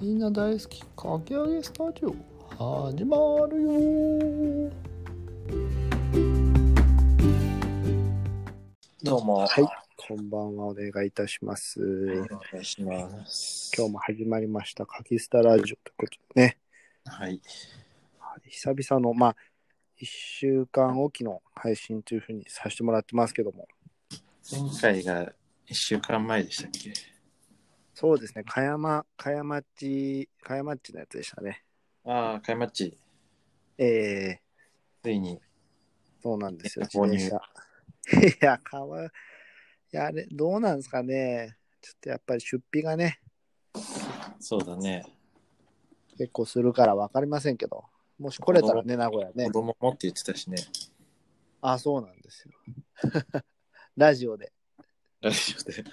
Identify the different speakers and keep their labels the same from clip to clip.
Speaker 1: な大好きかき揚げスタジオ始まるよ
Speaker 2: どうも。
Speaker 1: はいこんばんはお願いいたします
Speaker 2: お願いします。
Speaker 1: 今日も始まりましたかきスタラジオということでね
Speaker 2: はい。
Speaker 1: 久々のまあ1週間おきの配信というふうにさせてもらってますけども
Speaker 2: 前回が一週間前でしたっけ
Speaker 1: そうですねかやまかやまっちかやまっちのやつでしたね
Speaker 2: ああ、開幕地、
Speaker 1: え
Speaker 2: ついに。
Speaker 1: ー、そうなんですよ
Speaker 2: え
Speaker 1: 自転車 いやかわいやあれどうなんですかねちょっとやっぱり出費がね
Speaker 2: そうだね。
Speaker 1: 結構するから分かりませんけど、もし来れたらね、名古屋ね
Speaker 2: 子。供もって言ってたしね。
Speaker 1: あ、そうなんですよ。 ラジオで、
Speaker 2: ラジオで。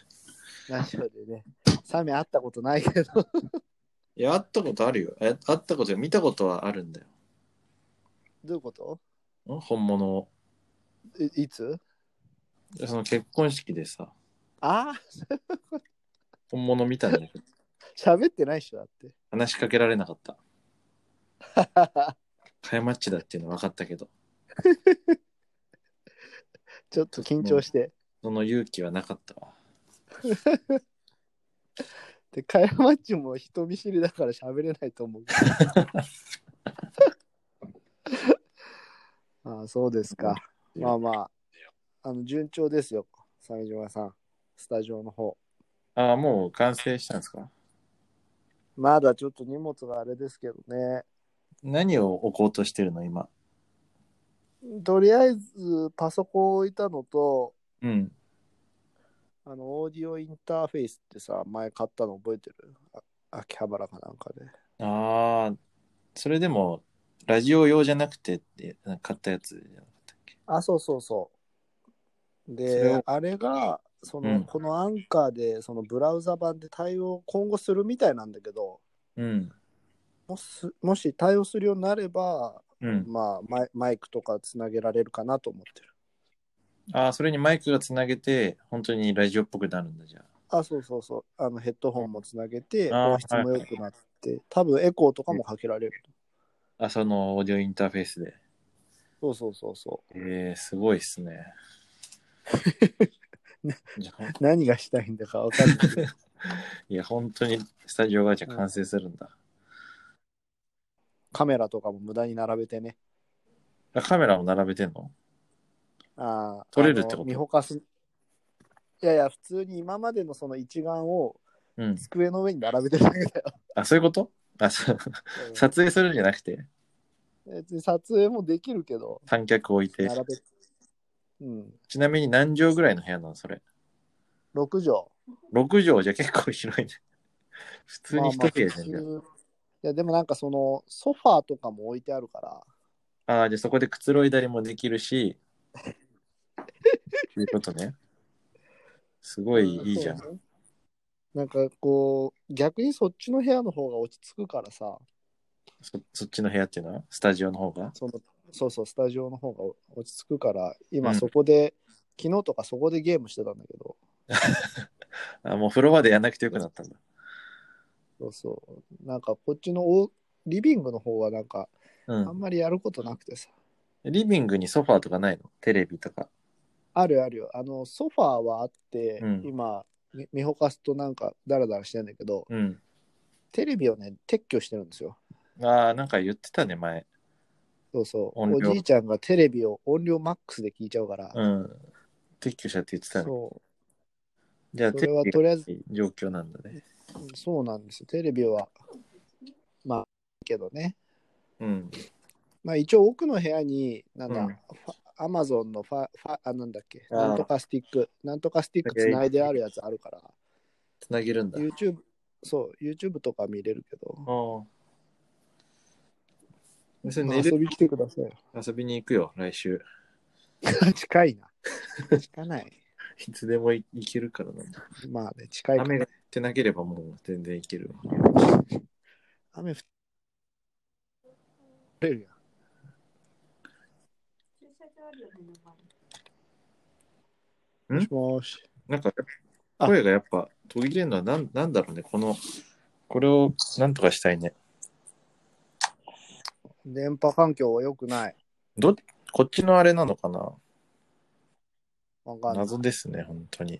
Speaker 1: ラジオでね、サメ会ったことないけど、
Speaker 2: いや、会ったことあるよ。え会ったこと、見たことはあるんだ
Speaker 1: どういうこと
Speaker 2: よ。ん本物を。
Speaker 1: いいつ
Speaker 2: その結婚式でさ、
Speaker 1: ああ、
Speaker 2: 本物見たんだけど、
Speaker 1: 喋ってない人だって。
Speaker 2: 話しかけられなかった。開幕地だっていうの分かったけど、
Speaker 1: ちょっと緊張して。
Speaker 2: その勇気はなかったわ。
Speaker 1: で、カヤマッチも人見知りだから喋れないと思う。 ああ、そうですか。まあまあ、あの順調ですよ、鮫島さん、スタジオの方。
Speaker 2: ああ、もう完成したんですか
Speaker 1: まだちょっと荷物があれですけどね。
Speaker 2: 何を置こうとしてるの、今。
Speaker 1: とりあえずパソコン置いたのと、
Speaker 2: うん。
Speaker 1: あの、オーディオインターフェースってさ、前買ったの覚えてるあ秋葉原かなんかで。
Speaker 2: ああ、それでも、ラジオ用じゃなくてって、なんか買ったやつじゃなかったっけ
Speaker 1: あ、そうそうそう。
Speaker 2: それ
Speaker 1: で
Speaker 2: を、
Speaker 1: あれが、その、
Speaker 2: うん
Speaker 1: このアンカーで、そのブラウザ版で対応今後するみたいなんだけど、
Speaker 2: うん。
Speaker 1: もしもし対応するようになれば、
Speaker 2: うん。
Speaker 1: まあマイ、マイクとかつなげられるかなと思ってる。
Speaker 2: ああ、それにマイクがつなげて、本当にラジオっぽくなるんだ、じゃ
Speaker 1: あ、そうそうそう。あのヘッドホンもつなげて、
Speaker 2: あー
Speaker 1: 音質も良くなって、多分エコーとかもかけられる。
Speaker 2: あ。あ、そのオーディオインターフェースで。
Speaker 1: そうそうそうそ
Speaker 2: ええすごいっすね。じゃあ
Speaker 1: う。何がしたいんだか分かんないけど。
Speaker 2: いや、本当にスタジオがじゃあ完成するんだ。
Speaker 1: カメラとかも無駄に並べてね。
Speaker 2: あカメラも並べてんの
Speaker 1: あー
Speaker 2: 撮れるってこと
Speaker 1: あの見ほかす。いやいや、普通に今までのその一眼を
Speaker 2: うん。
Speaker 1: 机の上に並べてるだけだよ。
Speaker 2: あ、そういうことあ、そう。撮影するんじゃなくて、
Speaker 1: うん別に撮影もできるけど、
Speaker 2: 三脚置いて。
Speaker 1: 並べて。うん、
Speaker 2: ちなみに何畳ぐらいの部屋なの、それ。
Speaker 1: 6畳。
Speaker 2: 6畳じゃ結構広いね。 普通に一部屋じゃんじゃ
Speaker 1: まあまあ普通いや、でもなんかそのソファーとかも置いてあるから、
Speaker 2: あ。ああー、じゃあそこでくつろいだりもできる し、いうことね。すごい
Speaker 1: うん
Speaker 2: いいじゃん。
Speaker 1: そうねなんかこう、逆にそっちの部屋の方が落ち着くからさ、
Speaker 2: そそっちの部屋っていうのはスタジオの方が
Speaker 1: そのそうそう、スタジオの方が落ち着くから、
Speaker 2: う
Speaker 1: 今
Speaker 2: ん
Speaker 1: そこで、昨日とかそこでゲームしてたんだけど、
Speaker 2: あもうフロアでやんなくてよくなったんだ。
Speaker 1: そうそう、なんかこっちのおリビングの方はなんか、
Speaker 2: う
Speaker 1: あんまりやることなくてさ、
Speaker 2: ん。リビングにソファーとかないのテレビとか。
Speaker 1: あるよあるよ、あの、ソファーはあって、
Speaker 2: うん
Speaker 1: 今、み見ほかすとなんかダラダラしてんだけど、
Speaker 2: うん。
Speaker 1: テレビをね、撤去してるんですよ。
Speaker 2: ああ、なんか言ってたね、前。
Speaker 1: そうそう、
Speaker 2: 音
Speaker 1: お
Speaker 2: 量
Speaker 1: じいちゃんがテレビを音量マックスで聞いちゃうから、
Speaker 2: うん。撤去したって言ってたね。
Speaker 1: そ
Speaker 2: じゃあ、
Speaker 1: そ
Speaker 2: テ
Speaker 1: れは
Speaker 2: レビ
Speaker 1: とりあえず
Speaker 2: がいい状況なんだね。
Speaker 1: う、そうなんですよ、テレビは、まあ、けどね。
Speaker 2: うん。
Speaker 1: まあ、一応奥の部屋に、なんだ、
Speaker 2: うん
Speaker 1: ファアマゾンのファ、ファあ、なんだっけ、
Speaker 2: あー
Speaker 1: なんとかスティック、なんとかスティックつないであるやつあるから、
Speaker 2: つなげるんだ。
Speaker 1: YouTube、そう、YouTube とか見れるけど、
Speaker 2: ああ。それ
Speaker 1: まあ
Speaker 2: 寝
Speaker 1: 遊
Speaker 2: る
Speaker 1: び来てくださいよ。
Speaker 2: 遊びに行くよ、来週。
Speaker 1: 近い な。近ない。
Speaker 2: いつでも行けるからな。
Speaker 1: まあね、近いから。
Speaker 2: 雨が降ってなければもう全然行ける。
Speaker 1: 雨降ってるやん。
Speaker 2: ん
Speaker 1: もしもし。
Speaker 2: なんか
Speaker 1: あ
Speaker 2: 声がやっぱ途切れるのはなんなんだろうね、このこれをなんとかしたいね。
Speaker 1: 電波環境は良くない。
Speaker 2: ど、こっちのあれなのかな
Speaker 1: わかんない。
Speaker 2: 謎ですね、本当に。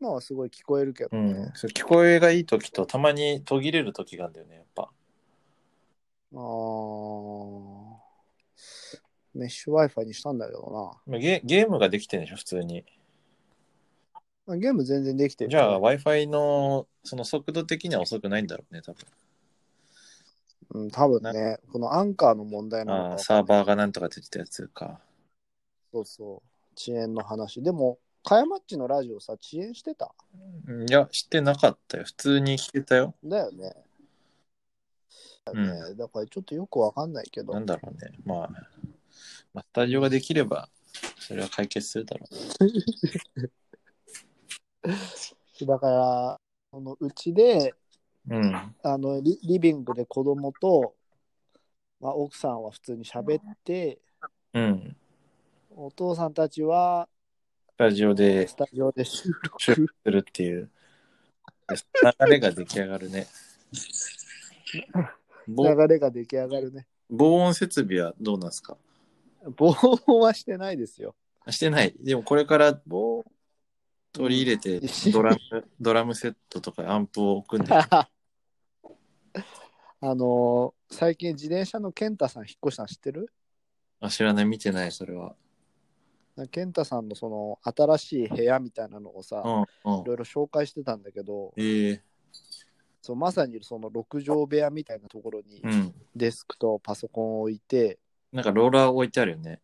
Speaker 1: 今はすごい聞こえるけど
Speaker 2: う
Speaker 1: ね。
Speaker 2: ん。そう聞こえがいい時と、たまに途切れる時があるんだよね、やっぱ。
Speaker 1: あーメッシュ Wi-Fi にしたんだけど
Speaker 2: まあゲゲームができてるでしょ、普通に。
Speaker 1: な。ゲーム全然できてる、
Speaker 2: じゃあ、Wi-Fi の、その速度的には遅くないんだろうね、多分。
Speaker 1: うん、多分ね、このアンカーの問題なの
Speaker 2: ああ、
Speaker 1: かわかんな
Speaker 2: サ
Speaker 1: い
Speaker 2: ーバーがなんとかって言ってたやつか。
Speaker 1: そうそう。遅延の話。でも、かやまっちのラジオさ、遅延してた
Speaker 2: うんいや、してなかったよ。普通に聞けたよ。
Speaker 1: だよね。だ
Speaker 2: うん
Speaker 1: よねだからちょっとよくわかんないけど、
Speaker 2: なんだろうね。まあ、まあ、スタジオができれば、それは解決するだろう。
Speaker 1: だから、そのうちで、
Speaker 2: うん。
Speaker 1: あのリリビングで子供と、まあ、奥さんは普通に喋って、
Speaker 2: うん。
Speaker 1: お父さんたちは
Speaker 2: スタジオで
Speaker 1: スタジオで収
Speaker 2: 収
Speaker 1: 録
Speaker 2: 録するっていう、流れが出来上が るね。防
Speaker 1: 流れが出来上がるね。
Speaker 2: 防音設備はどうなんですか
Speaker 1: 防音はしてないですよ。
Speaker 2: してない。でもこれから
Speaker 1: 防
Speaker 2: 取り入れて
Speaker 1: うん、
Speaker 2: ドラム、ドラムセットとかアンプを置くん で。
Speaker 1: あのー最近自転車の健太さん引っ越したの知ってる
Speaker 2: あ、知らない、見てない、それは。
Speaker 1: 健太さんのその新しい部屋みたいなのをさ、
Speaker 2: うん、うん
Speaker 1: い。ろいろ紹介してたんだけど、
Speaker 2: ええ
Speaker 1: そうまさにその6畳部屋みたいなところに
Speaker 2: うん。
Speaker 1: デスクとパソコンを置いて、
Speaker 2: なんかローラー置いてあるよね。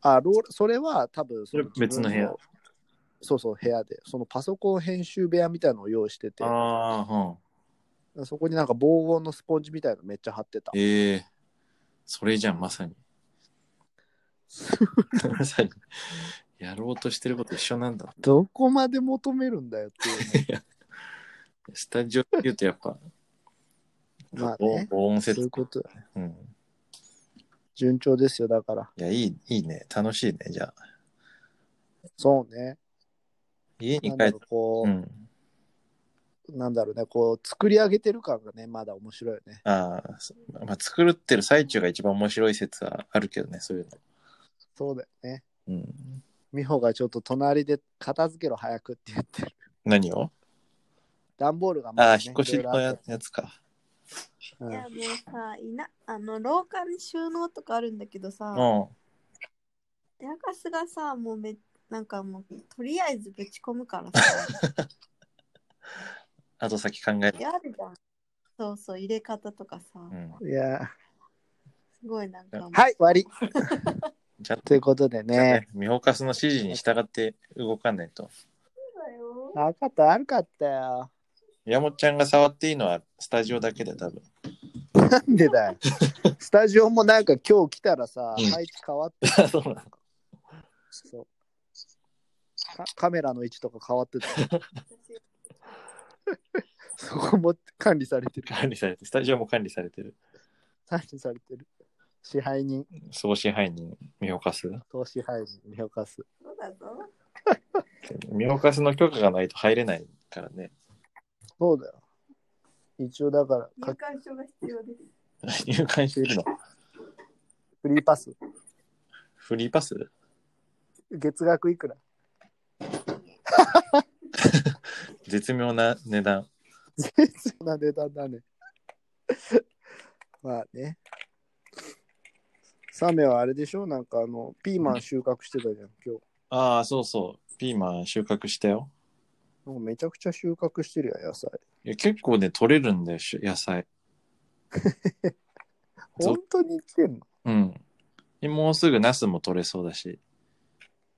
Speaker 1: あロールそれは多分そ
Speaker 2: それ別の部屋。
Speaker 1: そうそう、部屋で。そのパソコン編集部屋みたいなのを用意してて、
Speaker 2: ああ、うん。
Speaker 1: そこになんか防音のスポンジみたいなのめっちゃ貼ってた。
Speaker 2: ええそれじゃん、まさ に。まさに。やろうとしてること一緒なんだ。
Speaker 1: どこまで求めるんだよってい うね、
Speaker 2: スタジオって言うとやっぱ、
Speaker 1: まあね
Speaker 2: 防音
Speaker 1: そうい
Speaker 2: 設
Speaker 1: うことだね。
Speaker 2: うん。
Speaker 1: 順調ですよ、だから。
Speaker 2: いや、いい、いいね。楽しいね、じゃあ。
Speaker 1: そうね。
Speaker 2: 家に
Speaker 1: なん
Speaker 2: 帰
Speaker 1: だ
Speaker 2: っ
Speaker 1: ろう、こ
Speaker 2: う
Speaker 1: う、
Speaker 2: ん。
Speaker 1: なんだろうね、こう、作り上げてる感がね、まだ面白いよね。
Speaker 2: ああ、そまあ、作ってる最中が一番面白い説はあるけどね、そういうの。
Speaker 1: そうだよね。
Speaker 2: うん。
Speaker 1: 美穂がちょっと隣で片付けろ早くって言ってる。
Speaker 2: 何を
Speaker 1: 段ボールがま
Speaker 2: ああ、
Speaker 1: だね
Speaker 2: 引っ越し
Speaker 1: いろい
Speaker 2: の
Speaker 1: ろあ
Speaker 2: や
Speaker 1: って
Speaker 2: つか。
Speaker 1: うん
Speaker 3: いやもうさいなあの廊下に収納とかあるんだけど
Speaker 2: う
Speaker 3: さ
Speaker 2: ん。も
Speaker 3: 手明かすがさもうめなんかもうとりあえずぶち込むか らさ
Speaker 2: う後先考える。
Speaker 3: やるじゃんそうそう入れ方とかさ
Speaker 2: うん。
Speaker 1: いや
Speaker 3: すごいなんかもう
Speaker 1: はい、終わり。
Speaker 2: ちゃん
Speaker 1: と
Speaker 2: と
Speaker 1: いう、ことでね
Speaker 2: ね、、ミホカスの指示に従って動かないと。
Speaker 3: だよ
Speaker 1: 赤と悪かったよ。
Speaker 2: 山本ちゃんが触っていいのはスタジオだけで多分。
Speaker 1: なんでだよ。スタジオもなんか今日来たらさ、
Speaker 2: うん
Speaker 1: 配置変わって
Speaker 2: そうなの
Speaker 1: そうかカメラの位置とか変わって た。
Speaker 3: 私
Speaker 1: そこも管理されてる。
Speaker 2: 管理されて、スタジオも管理されてる。
Speaker 1: 管理されてる。支配人、
Speaker 2: 総支配人、ミホカス。
Speaker 1: 投資配人、見かす。
Speaker 3: そうだぞ
Speaker 2: ミホカスの許可がないと入れないからね。
Speaker 1: そうだよ。一応だから、
Speaker 3: 入
Speaker 1: か
Speaker 3: 館証が必要です
Speaker 2: 入館しているの。
Speaker 1: フリーパス。
Speaker 2: フリーパス
Speaker 1: 月額いくら
Speaker 2: 絶妙な値段。
Speaker 1: 絶妙な値段だね。 まあね。サメはあれでしょなんかあの、ピーマン収穫してたじゃん、今日。
Speaker 2: ああ、そうそう。ピーマン収穫したよ。
Speaker 1: なんかめちゃくちゃ収穫してるやん、野菜。
Speaker 2: いや結構ね、取れるんだよ、し野 菜。そう
Speaker 1: 本当に言ってんの
Speaker 2: うん。でもうすぐナスも取れそうだし、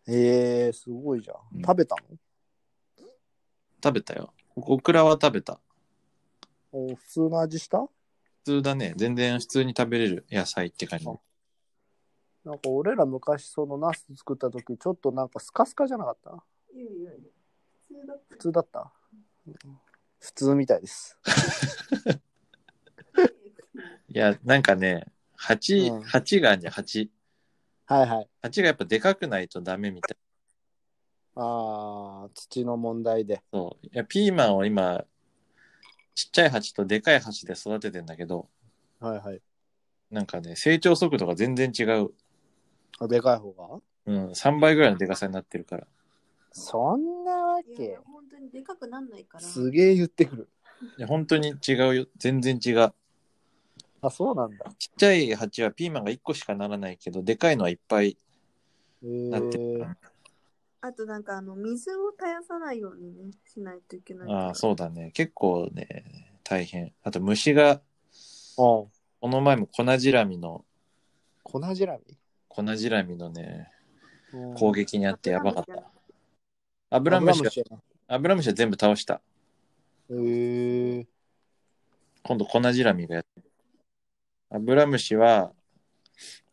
Speaker 1: ええー、すごいじゃ
Speaker 2: うん
Speaker 1: ん。食べたの、
Speaker 2: 食べたよ。オクラは食べた。
Speaker 1: お普通の味した
Speaker 2: 普通だね。全然普通に食べれる野菜って感じ。
Speaker 1: なんか俺ら昔そのナス作った時ちょっとなんかスカスカじゃなかった
Speaker 3: いやいやいや普通だって
Speaker 1: 普通だった普通みたいです。
Speaker 2: いや、なんかね、鉢、
Speaker 1: うん
Speaker 2: 鉢があるじゃん、鉢。
Speaker 1: はいはい。
Speaker 2: 鉢がやっぱでかくないとダメみたい。
Speaker 1: ああ、土の問題で。
Speaker 2: そう。いや、ピーマンを今、ちっちゃい鉢とでかい鉢で育ててんだけど、
Speaker 1: はいはい。
Speaker 2: なんかね、成長速度が全然違う。
Speaker 1: あでかい方が
Speaker 2: うん、3倍ぐらいのでかさになってるから。
Speaker 1: そんなわ
Speaker 3: いや、本当にでかくなんないから。
Speaker 1: すげえ言ってくる。
Speaker 2: いや本当に違うよ。全然違う。
Speaker 1: あ、そうなんだ。
Speaker 2: ちっちゃい鉢はピーマンが1個しかならないけど、でかいのはいっぱい
Speaker 1: え
Speaker 2: なってる
Speaker 1: ー
Speaker 2: か、
Speaker 3: あとなんかあの水を絶やさないようにねしないといけないから。
Speaker 2: ああ、そうだね。結構ね、大変。あと虫が、
Speaker 1: うん。
Speaker 2: この前も粉じらみの、
Speaker 1: 粉じらみ
Speaker 2: 粉じらみのね、
Speaker 1: うん
Speaker 2: 攻撃にあってやばかった。アブラム
Speaker 1: ラ
Speaker 2: シ
Speaker 1: ム
Speaker 2: は、
Speaker 1: シやな。
Speaker 2: アブラムシは全部倒した。
Speaker 1: えー、
Speaker 2: 今度粉じらみがやってアブラムシは、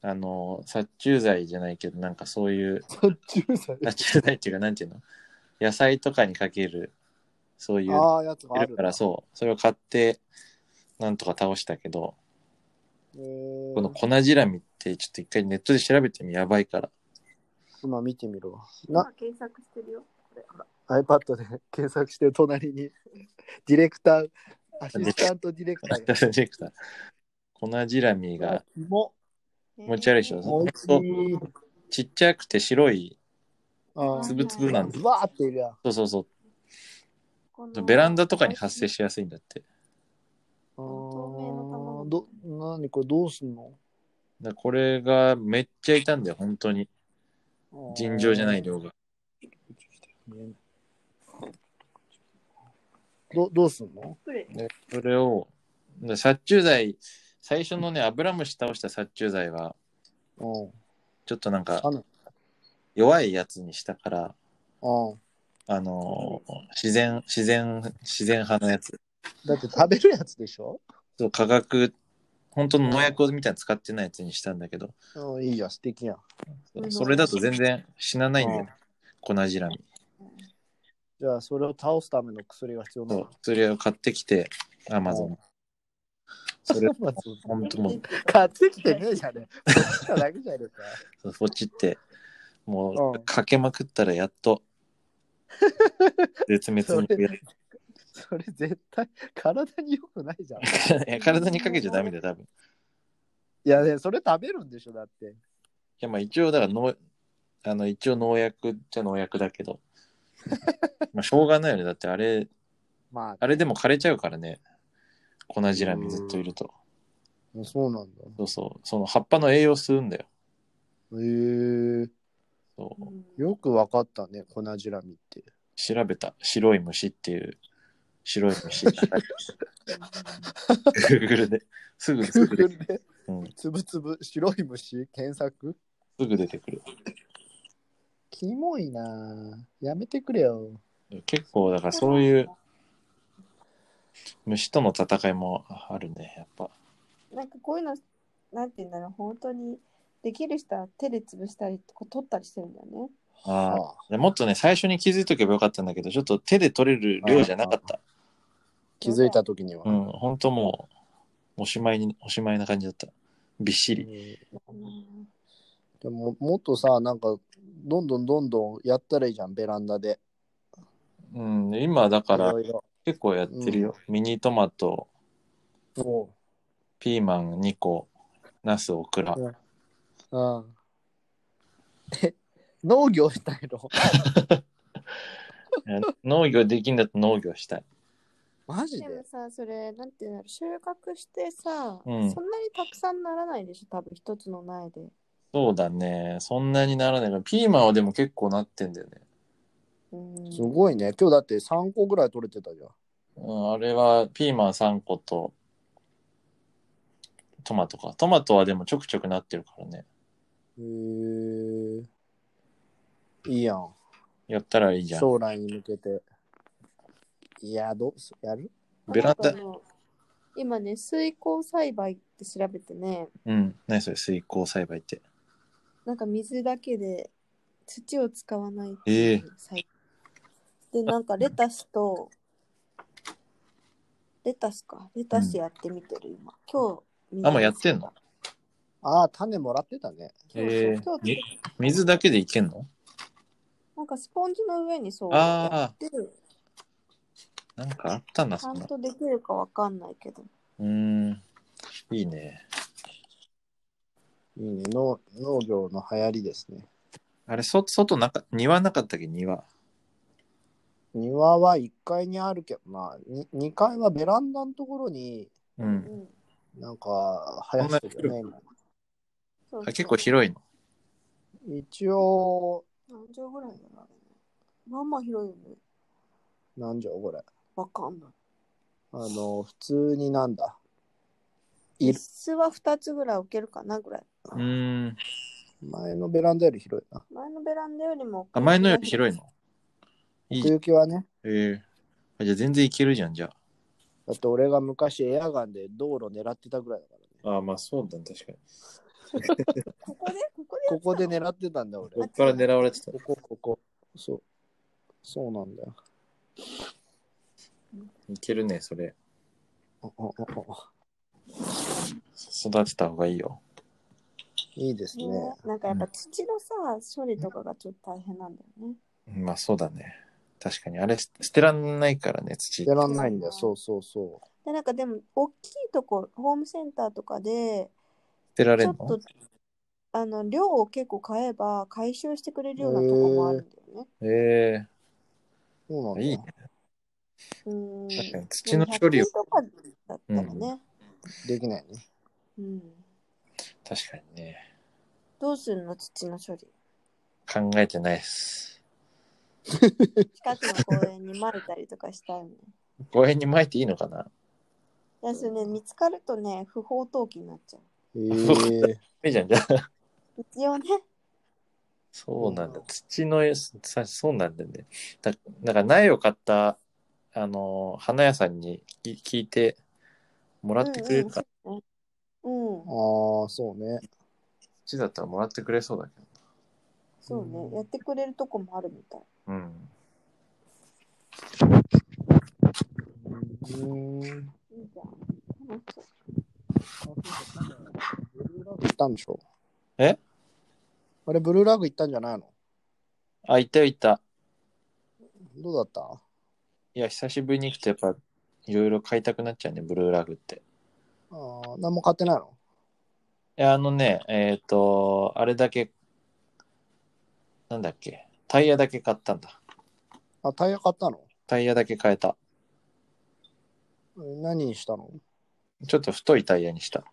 Speaker 2: あの、殺虫剤じゃないけど、なんかそう いう、
Speaker 1: 30歳。
Speaker 2: 殺虫剤っていうか、なんていうの野菜とかにかける、そういう、
Speaker 1: ああ、やつが
Speaker 2: い
Speaker 1: あ
Speaker 2: る
Speaker 1: る。
Speaker 2: からそう、それを買って、なんとか倒したけど、
Speaker 1: えー、
Speaker 2: この粉じらみってちょっと一回ネットで調べてみ、やばいから。
Speaker 1: 今見てみるわ。
Speaker 3: 今
Speaker 1: な、
Speaker 3: 検索してるよ。これほら
Speaker 1: iPad で検索してる隣に、ディレクター、アシスタントディレクターが。
Speaker 2: ディレクター粉じらみが
Speaker 1: キモ
Speaker 2: 持ち悪いでしょ。
Speaker 3: えー
Speaker 1: お
Speaker 2: ほん
Speaker 1: いし
Speaker 2: と
Speaker 1: い。
Speaker 2: ちっちゃくて白い、
Speaker 1: あ
Speaker 2: つ
Speaker 1: ー
Speaker 2: ぶつぶなんだ
Speaker 1: ぶ。わーっているやん。
Speaker 2: そうそうそ
Speaker 3: こ
Speaker 2: う。
Speaker 3: の
Speaker 2: ベランダとかに発生しやすいんだって。
Speaker 1: あ
Speaker 3: 透明の卵
Speaker 1: ーど、なにこれどうすんの
Speaker 2: だからこれがめっちゃいたんだよ、本当に。尋常じゃない。量が。
Speaker 1: どどうすんの
Speaker 3: スプレー
Speaker 2: それを、で殺虫剤、最初のね、アブラムシ倒した殺虫剤は、
Speaker 1: うん。
Speaker 2: ちょっとなんか
Speaker 1: あの、
Speaker 2: 弱いやつにしたから、
Speaker 1: うん。
Speaker 2: あのー自然、自然、自然派のやつ。
Speaker 1: だって食べるやつでしょ
Speaker 2: そう化学、本当の農薬みたいに使ってないやつにしたんだけど、
Speaker 1: うん、いいやん、素敵やん。
Speaker 2: そうそれだと全然死なないんだよ。粉じらみ。
Speaker 1: じゃあ、それを倒すための薬が必要な
Speaker 2: そ
Speaker 1: の
Speaker 2: う。それを買ってきて、アマゾン。そ れ、
Speaker 1: まず
Speaker 2: 本当もう、
Speaker 1: 買ってきてねえじゃねえ。買ってきただけじゃねえか。
Speaker 2: そうポチって、もう、
Speaker 1: うん
Speaker 2: かけまくったらやっと、絶滅に い
Speaker 1: それ絶対、体に良くないじゃん。い
Speaker 2: や。体にかけちゃダメだよ、多分。い
Speaker 1: やね、それ食べるんでしょ、だって。
Speaker 2: や、まあ一応、だから農、あの、一応農薬っちゃ農薬だけ ど、まあしょうがないよね。だってあれ、
Speaker 1: ま
Speaker 2: あれでも枯れちゃうからね。粉じらみずっといると。
Speaker 1: あ、そうなんだ。
Speaker 2: そうそう。その葉っぱの栄養吸うんだよ。
Speaker 1: へえ
Speaker 2: そううん
Speaker 1: よくわかったね、粉じらみって。
Speaker 2: 調べた。白い虫っていう。白い虫。Google で。すぐ、すぐ出てくる。
Speaker 1: で
Speaker 2: うん、
Speaker 1: つぶつぶ、白い虫、検索
Speaker 2: すぐ出てくる。
Speaker 1: キモいなぁやめてくれよ。
Speaker 2: 結構、だからそういう。虫との戦いもあるね。やっぱ。
Speaker 3: なんかこういうのなんて言うんだろう本当にできる人は手で潰したりこう取ったりしてるんだよね。
Speaker 2: あ
Speaker 1: あ
Speaker 2: あ。もっとね、最初に気づいとけばよかったんだけど、ちょっと手で取れる量じゃなかった。
Speaker 1: 気づいた時には。
Speaker 2: うん。ほんともう、おしまいに、おしまいな感じだった。びっしり。
Speaker 3: うん
Speaker 1: でももっとさ、なんか、どんどんどんどんやったらいいじゃん、ベランダで。
Speaker 2: うん、今だ
Speaker 1: い
Speaker 2: から
Speaker 1: ろいろ。
Speaker 2: 結構やってるよ。ミニトマト、
Speaker 1: そ
Speaker 2: ピーマン2個、ナス、オクラ。
Speaker 1: うんう。うん。え、農業したいの
Speaker 2: え農業できんだと農業したい。
Speaker 1: マジ
Speaker 3: でも
Speaker 1: で
Speaker 3: さそれなんて言うんだろう収穫してさ、
Speaker 2: うん
Speaker 3: そんなにたくさんならないでしょ多分一つの苗で。
Speaker 2: そうだね。そんなにならないから。ピーマンはでも結構なってんだよね。
Speaker 3: うん
Speaker 1: すごいね。今日だって3個ぐらい取れてたじゃん。
Speaker 2: うん、あれはピーマン3個と、トマトか。トマトはでもちょくちょくなってるからね。
Speaker 1: へーいいやん。
Speaker 2: やったらいいじゃん。
Speaker 1: 将来に向けて。いや、どうすやる
Speaker 2: ベランダ
Speaker 3: あ、と今ね水耕栽培って調べてね
Speaker 2: うん。何それ、水耕栽培って。
Speaker 3: なんか水だけで土を使わないって
Speaker 2: ええ
Speaker 3: いう栽培でなんかレタスとレタスかレタスやってみてる今、今日
Speaker 2: あもうやってんの
Speaker 1: ああ、種もらってたね。
Speaker 3: そうそう
Speaker 2: えー
Speaker 3: 今日
Speaker 2: み水だけでいけんの
Speaker 3: なんかスポンジの上にそう
Speaker 2: あー
Speaker 3: やってる
Speaker 2: なんかあったな、
Speaker 3: ちゃ
Speaker 2: そん
Speaker 3: ん
Speaker 2: な。
Speaker 3: とできるかわかんないけど。
Speaker 2: うーん。いいね。
Speaker 1: いいね。農農業の流行りですね。
Speaker 2: あれ、そ外なか、庭なかったっけ、庭。
Speaker 1: 庭は1階にあるけどな、に2階はベランダのところに、
Speaker 2: う。
Speaker 3: うんん。
Speaker 1: なんか、生やしてるよね。今
Speaker 3: そうそう
Speaker 2: あ結構広いの。
Speaker 1: 一応、
Speaker 3: 何畳ぐらいだろうまあまあ広いよね。
Speaker 1: 何畳これ。
Speaker 3: わかんない。
Speaker 1: あの、普通になんだ。い
Speaker 3: 椅
Speaker 1: る
Speaker 3: 子は2つぐらい置けるかなぐらい。
Speaker 2: うーん。
Speaker 1: 前のベランダより広いな。
Speaker 3: 前のベランダよりも。
Speaker 2: あ、前のより広いの。いい
Speaker 1: 奥行きはね、
Speaker 2: えーあじゃあ全然いけるじゃん、じゃ
Speaker 1: だって俺が昔エアガンで道路狙ってたぐらいだからね。
Speaker 2: あ。あまあそうだね、確かに。
Speaker 3: ここでここで
Speaker 1: ここで狙ってたんだ俺。
Speaker 3: こっから狙
Speaker 2: われてた。
Speaker 1: ここ、ここ。そう。そうなんだよ。
Speaker 2: いけるね、それ。
Speaker 1: ああああ
Speaker 2: 育てた方がいいよ。
Speaker 1: いいですね。
Speaker 3: ね、なんかやっぱ土のさ、処理とかがちょっと大変なんだよね。
Speaker 2: まあそうだね。確かに。あれ、捨捨てらんないからね、土
Speaker 1: や。らないんだよ。そうそうそ
Speaker 3: で、なんかでも、大きいとこ、ホームセンターとかで、
Speaker 2: 捨てられ
Speaker 3: ちょ
Speaker 2: ん
Speaker 3: っ
Speaker 2: の
Speaker 3: と、あの、量を結構買えば、回収してくれるようなとこもあるんだよね。
Speaker 2: え
Speaker 1: う。そうな
Speaker 2: え
Speaker 1: んだ
Speaker 2: いい
Speaker 1: よ
Speaker 2: ね。
Speaker 3: うん。
Speaker 2: 確かに土の処理を
Speaker 3: 100均、とかだったらね。
Speaker 1: できない ね。
Speaker 3: うん。
Speaker 2: 確かにね。
Speaker 3: どうするの土の処理。
Speaker 2: 考えてないっす。
Speaker 3: 近くの公園にまいたりとかしたいね。
Speaker 2: 公園に撒いていいのかな
Speaker 3: だしね、見つかるとね、不法投棄になっちゃう。
Speaker 1: えー、
Speaker 2: いいじゃん、じゃあ。
Speaker 3: 一応ね、
Speaker 2: そうなんだ。
Speaker 1: うん
Speaker 2: 土のやつ、さそうなんだよね。だだから苗を買った、あのー、花屋さんにき聞いてもらってくれるか。
Speaker 3: うん、
Speaker 1: ああ、そうね。
Speaker 2: 土だったらもらってくれそうだけ
Speaker 3: そうね、やってくれるとこもあるみたい。
Speaker 2: ど。うん。
Speaker 1: うーん。
Speaker 3: いいじゃん。楽しそう
Speaker 1: ブルーラグ行ったんでしょ
Speaker 2: え
Speaker 1: あれ、ブルーラグ行ったんじゃないの
Speaker 2: あ、いたよいた。
Speaker 1: どうだった
Speaker 2: いや、久しぶりに来てやっぱ、いろいろ買いたくなっちゃうね、ブルーラグって。
Speaker 1: ああ、何も買ってないの
Speaker 2: いや、あのね、えっ、と、あれだけ、なんだっけ、タイヤだけ買ったんだ。
Speaker 1: あ、タイヤ買ったの
Speaker 2: タイヤだけ変えた。
Speaker 1: え何にしたの
Speaker 2: ちょっと太いタイヤにした。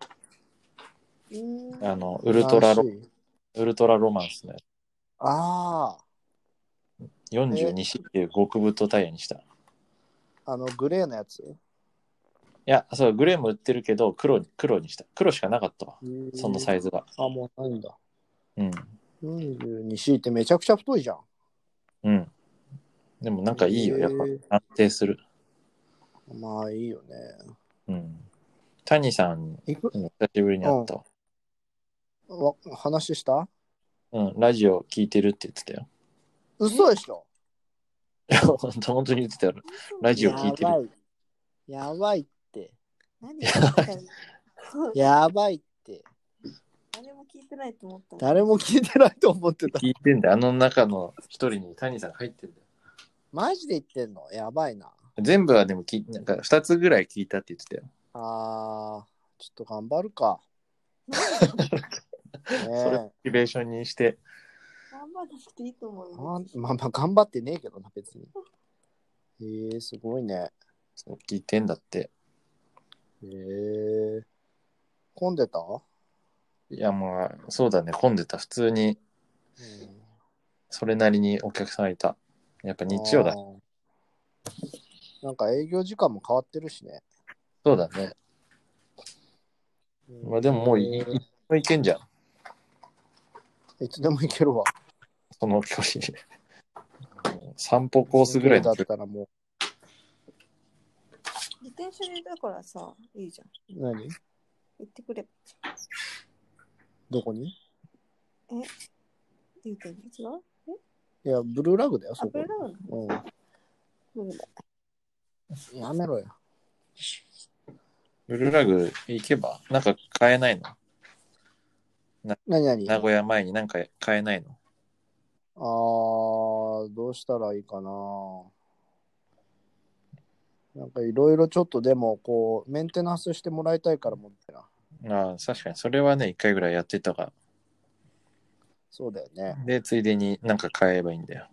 Speaker 3: うーん。
Speaker 2: あの、ウルトラロ、
Speaker 1: 何 C？
Speaker 2: ウルトラロマンスのやつ。
Speaker 1: あ
Speaker 2: 42C っていう極太タイヤにした。い
Speaker 1: あ、あの、グレーのやつ
Speaker 2: や、そう、グレーも売ってるけど、黒に、黒にした。黒しかなかったわ。そのサ
Speaker 1: イ
Speaker 2: イズが。
Speaker 1: あ、もうないんだ。
Speaker 2: うん。
Speaker 1: 42C ってめちゃくちゃ太いじゃん。
Speaker 2: うん。でもなんかいいよ、
Speaker 1: へ
Speaker 2: やっ
Speaker 1: ー
Speaker 2: ぱ。安定する。
Speaker 1: まあいいよね。
Speaker 2: うん。谷さんに
Speaker 1: いく
Speaker 2: 久しぶりに会ったわ。
Speaker 1: わ話した
Speaker 2: うん、ラジオ聞いてるって言ってたよ。
Speaker 1: 嘘でしょ
Speaker 2: いや本当本当に言ってたよ。ラジオ聞いてる
Speaker 1: やばい。やばいって。
Speaker 3: 何言ってたのそう
Speaker 1: やばいって。
Speaker 3: 誰も聞いてないと思ったの。
Speaker 1: 誰も聞いてないと思ってた。
Speaker 2: 聞いてんだよ。あの中の一人に谷さんが入ってんだよ。
Speaker 1: マジで言ってんのやばいな。
Speaker 2: 全部はでも聞い、なんか2つぐらい聞いたって言ってたよ。
Speaker 1: あー、ちょっと頑張る か。
Speaker 2: それ
Speaker 1: ねえ
Speaker 2: モ。チベーションにして。
Speaker 3: 頑張らなくていいと思う
Speaker 1: あ
Speaker 3: よ。
Speaker 1: んまあまあ頑張ってねえけどな、別に。へえー、すごいね。
Speaker 2: そう聞いてんだって。
Speaker 1: へえー。混んでた、う
Speaker 2: いや、まあ、そうだね。混んでた。普通に、
Speaker 1: ん
Speaker 2: それなりにお客さんがいた。やっぱ日曜だ。
Speaker 1: あー。なんか営業時間も変わってるしね。
Speaker 2: そうだね。まあでももういい、
Speaker 1: え
Speaker 2: もういけんじゃん。
Speaker 1: ーいつでも行けるわ。
Speaker 2: その距離。散歩コースぐらい
Speaker 1: だ
Speaker 2: の
Speaker 1: っ
Speaker 2: 距離。
Speaker 1: たらも
Speaker 3: 自転車でだからさ、いいじゃん。
Speaker 1: う、何
Speaker 3: 言ってくれば。
Speaker 1: どこに
Speaker 3: 言うてんの違う
Speaker 1: いや、ブルーラグだよ、
Speaker 3: ア
Speaker 1: そ
Speaker 3: プ
Speaker 1: こ
Speaker 3: リ。ダウンうん
Speaker 1: うん。やめろよ。
Speaker 2: ブルーラグ行けば、なんか買えないの
Speaker 1: なになに
Speaker 2: 名
Speaker 1: あ
Speaker 2: 古屋前になんか買えないの
Speaker 1: ー、どうしたらいいかな。なんかいろいろちょっとでも、こう、メンテナンスしてもらいたいからもってな。
Speaker 2: ああ、確かに、それはね、一回ぐらいやってたか
Speaker 1: そうだよね。
Speaker 2: ら。で、ついでになんか買えばいいんだよ。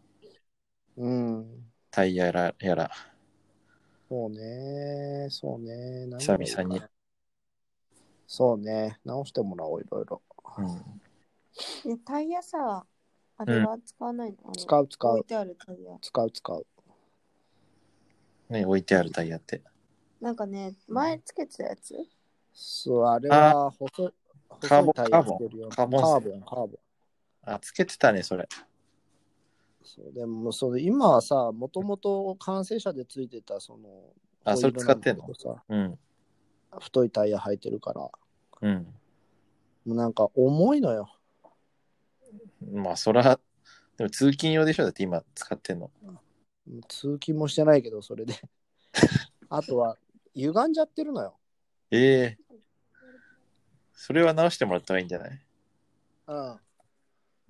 Speaker 1: うん。
Speaker 2: タイヤらやら。
Speaker 1: そうね。そうね。何がいい
Speaker 2: 久
Speaker 1: か
Speaker 2: 々に。
Speaker 1: そうね。直してもらおう、いろいろ。
Speaker 2: うん。
Speaker 3: でタイヤさ、あれは使わないの、あの
Speaker 1: 使う、使。
Speaker 3: 置いうてあるタイヤ。
Speaker 1: 使う、使う。
Speaker 2: ね、置いてあるタイヤって。
Speaker 3: なんかね、前つけてたやつ、
Speaker 1: そう、あれは細い、
Speaker 2: カー
Speaker 1: 細
Speaker 2: ボ
Speaker 1: い
Speaker 2: ン
Speaker 1: タイヤつけるよ。
Speaker 2: カーボン
Speaker 1: カ
Speaker 2: カ
Speaker 1: ー
Speaker 2: ー
Speaker 1: ボ
Speaker 2: ボ
Speaker 1: ン、
Speaker 2: ン
Speaker 1: カーボン。
Speaker 2: あ、つけてたね、それ。
Speaker 1: そうでもその今はさ、もともと完成車でついてたその
Speaker 2: あそれ使ってんの
Speaker 1: ホイールなんだけどさ
Speaker 2: うん。
Speaker 1: 太いタイヤ履いてるから、も
Speaker 2: うん。
Speaker 1: うなんか重いのよ。
Speaker 2: まあ、そら、でも通勤用でしょだって今使ってんの。
Speaker 1: 通勤もしてないけど、それで。あとは、歪んじゃってるのよ。
Speaker 2: ええそれは直してもらった方がいいんじゃない
Speaker 1: うん。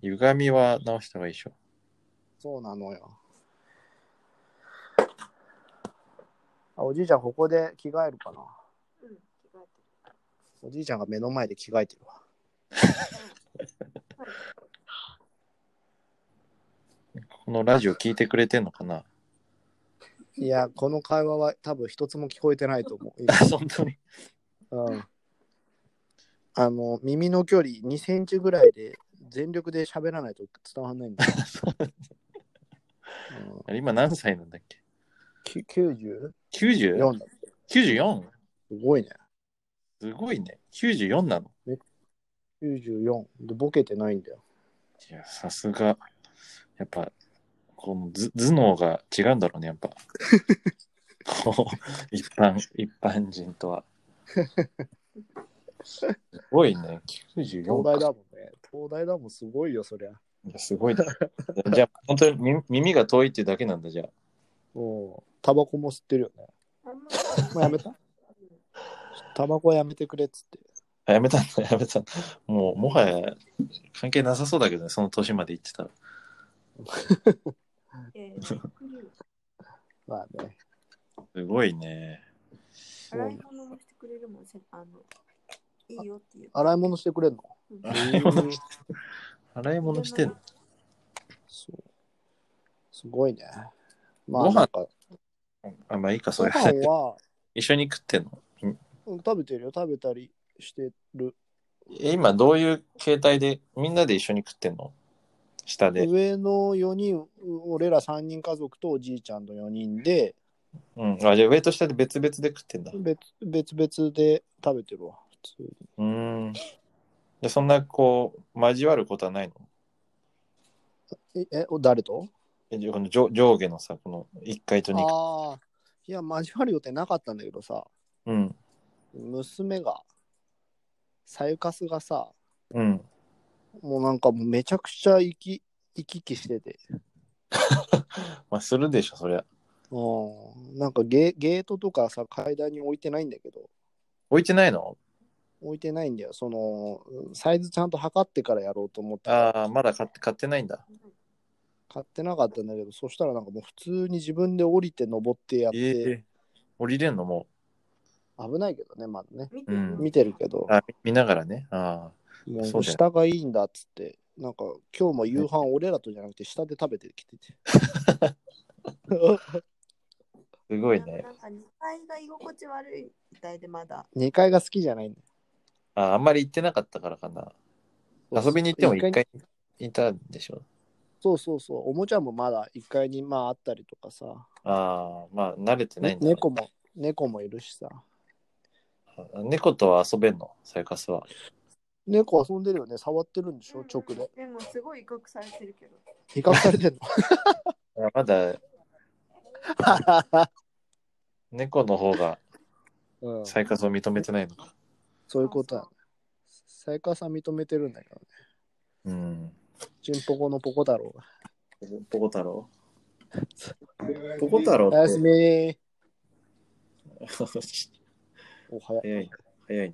Speaker 2: 歪みは直した方がいいでしょ。
Speaker 1: そうなのよ。あおじいちゃん、ここで着替えるかな。
Speaker 3: うん、着替えて
Speaker 1: おじいちゃんが目の前で着替えてる わ。
Speaker 2: このラジオ聞いてくれてんのかない
Speaker 1: や、この会話は多分一つも聞こえてないと 思う。今
Speaker 2: あ 本当に。
Speaker 1: うんあの耳の距離2センチぐらいで全力で喋らないと伝わらないんだよ、 うん
Speaker 2: あれ今何歳なんだっけ
Speaker 1: き、94
Speaker 2: ?90?94?
Speaker 1: だすごいね
Speaker 2: すごいね。94なの
Speaker 1: 94でボケてないんだよ
Speaker 2: いや、さすが。やっぱ、このず頭脳が違うんだろうね、やっぱ。 こう、一般、一般人とは。すごいね。
Speaker 1: 東大
Speaker 2: 94
Speaker 1: だ
Speaker 2: か。
Speaker 1: もんね東大だもんすごいよそりゃ
Speaker 2: いやすごいね。じゃあ、本当に耳耳が遠いってだけなんだ、じゃあ。
Speaker 1: もうタバコも吸ってるよね
Speaker 3: あんま
Speaker 1: もうやめ たタバコはやめてくれっつって
Speaker 2: あやめたんだ、やめたんだ。もう、もはや関係なさそうだけどね、その年まで行ってたら。
Speaker 3: りえー
Speaker 1: まあね
Speaker 2: すごいね。
Speaker 3: 洗い物もしてくれるもん、せあの、いいよっていう。
Speaker 1: 洗い物してくれんの
Speaker 3: うん
Speaker 2: 洗い物して、洗い物してんの
Speaker 1: そうすごいねまあ
Speaker 2: ご飯
Speaker 1: なんか
Speaker 2: あ、まあいいか、そ
Speaker 1: ご
Speaker 2: れ。
Speaker 1: 飯は
Speaker 2: 一緒に食ってんの
Speaker 1: うん食べてるよ食べたりしてる
Speaker 2: え今どういう形態でみんなで一緒に食ってんの下で。
Speaker 1: 上の4人う俺ら3人家族とおじいちゃんと4人で
Speaker 2: うん。あ、じゃあ上と下で別々で食ってんだ。う
Speaker 1: 別別々で食べてるわ普通に
Speaker 2: ーん。で、そんなこう、交わることはないの
Speaker 1: ええお誰と
Speaker 2: えじゃあこの上上下のさ、この1階と2階。
Speaker 1: ああいや交わる予定なかったんだけどさ
Speaker 2: うん。
Speaker 1: 娘がさゆかすがさ
Speaker 2: うん。
Speaker 1: もうなんかもうめちゃくちゃ行き行き来してて
Speaker 2: まあするでしょ、そりゃ。
Speaker 1: うんなんかゲゲートとかさ階段に置いてないんだけど
Speaker 2: 置いてないの
Speaker 1: 置いてないんだよそのサイズちゃんと測ってからやろうと思ってた
Speaker 2: ああ、まだ買って買ってないんだ。
Speaker 1: 買ってなかったんだけどそしたらなんかもう普通に自分で降りて登ってやっ
Speaker 2: え
Speaker 1: て、
Speaker 2: え降りれんのも
Speaker 1: 危ないけどねまだね
Speaker 3: 見てる
Speaker 2: うん
Speaker 1: 見てるけど
Speaker 2: う。あ見見ながらね。あ
Speaker 1: も
Speaker 2: そううだよ
Speaker 1: 下がいいんだっつってなんか今日も夕飯俺らとじゃなくて下で食べてきてて
Speaker 2: あ、すごいね
Speaker 3: な。んか2階が居心地悪いみたいでまだ。
Speaker 1: 2階が好きじゃないんだ
Speaker 2: ああんまり行ってなかったからかな。遊びに行っても1階にいたんでしょ。
Speaker 1: そうそうそうおもちゃもまだ1階にまああったりとかさ、
Speaker 2: ああ、まあ慣れてないんだ、ね。
Speaker 1: 猫も猫もいるしさ
Speaker 2: 猫とは遊べんのサイカスは。
Speaker 1: 猫遊んでるよね触ってるんでしょ直で
Speaker 3: でもすごい威嚇されてるけど。
Speaker 1: 威嚇されてんの
Speaker 2: まだ猫の方が
Speaker 1: うん、
Speaker 2: サイカスを認めてないのか。
Speaker 1: そういうことだね才川さん認めてるんだけどね
Speaker 2: うん。
Speaker 1: ちんぽこのぽこ太郎が
Speaker 2: ポコ太郎ポコ太郎
Speaker 1: おやすみーおは
Speaker 2: 早
Speaker 1: や
Speaker 2: い。早いね。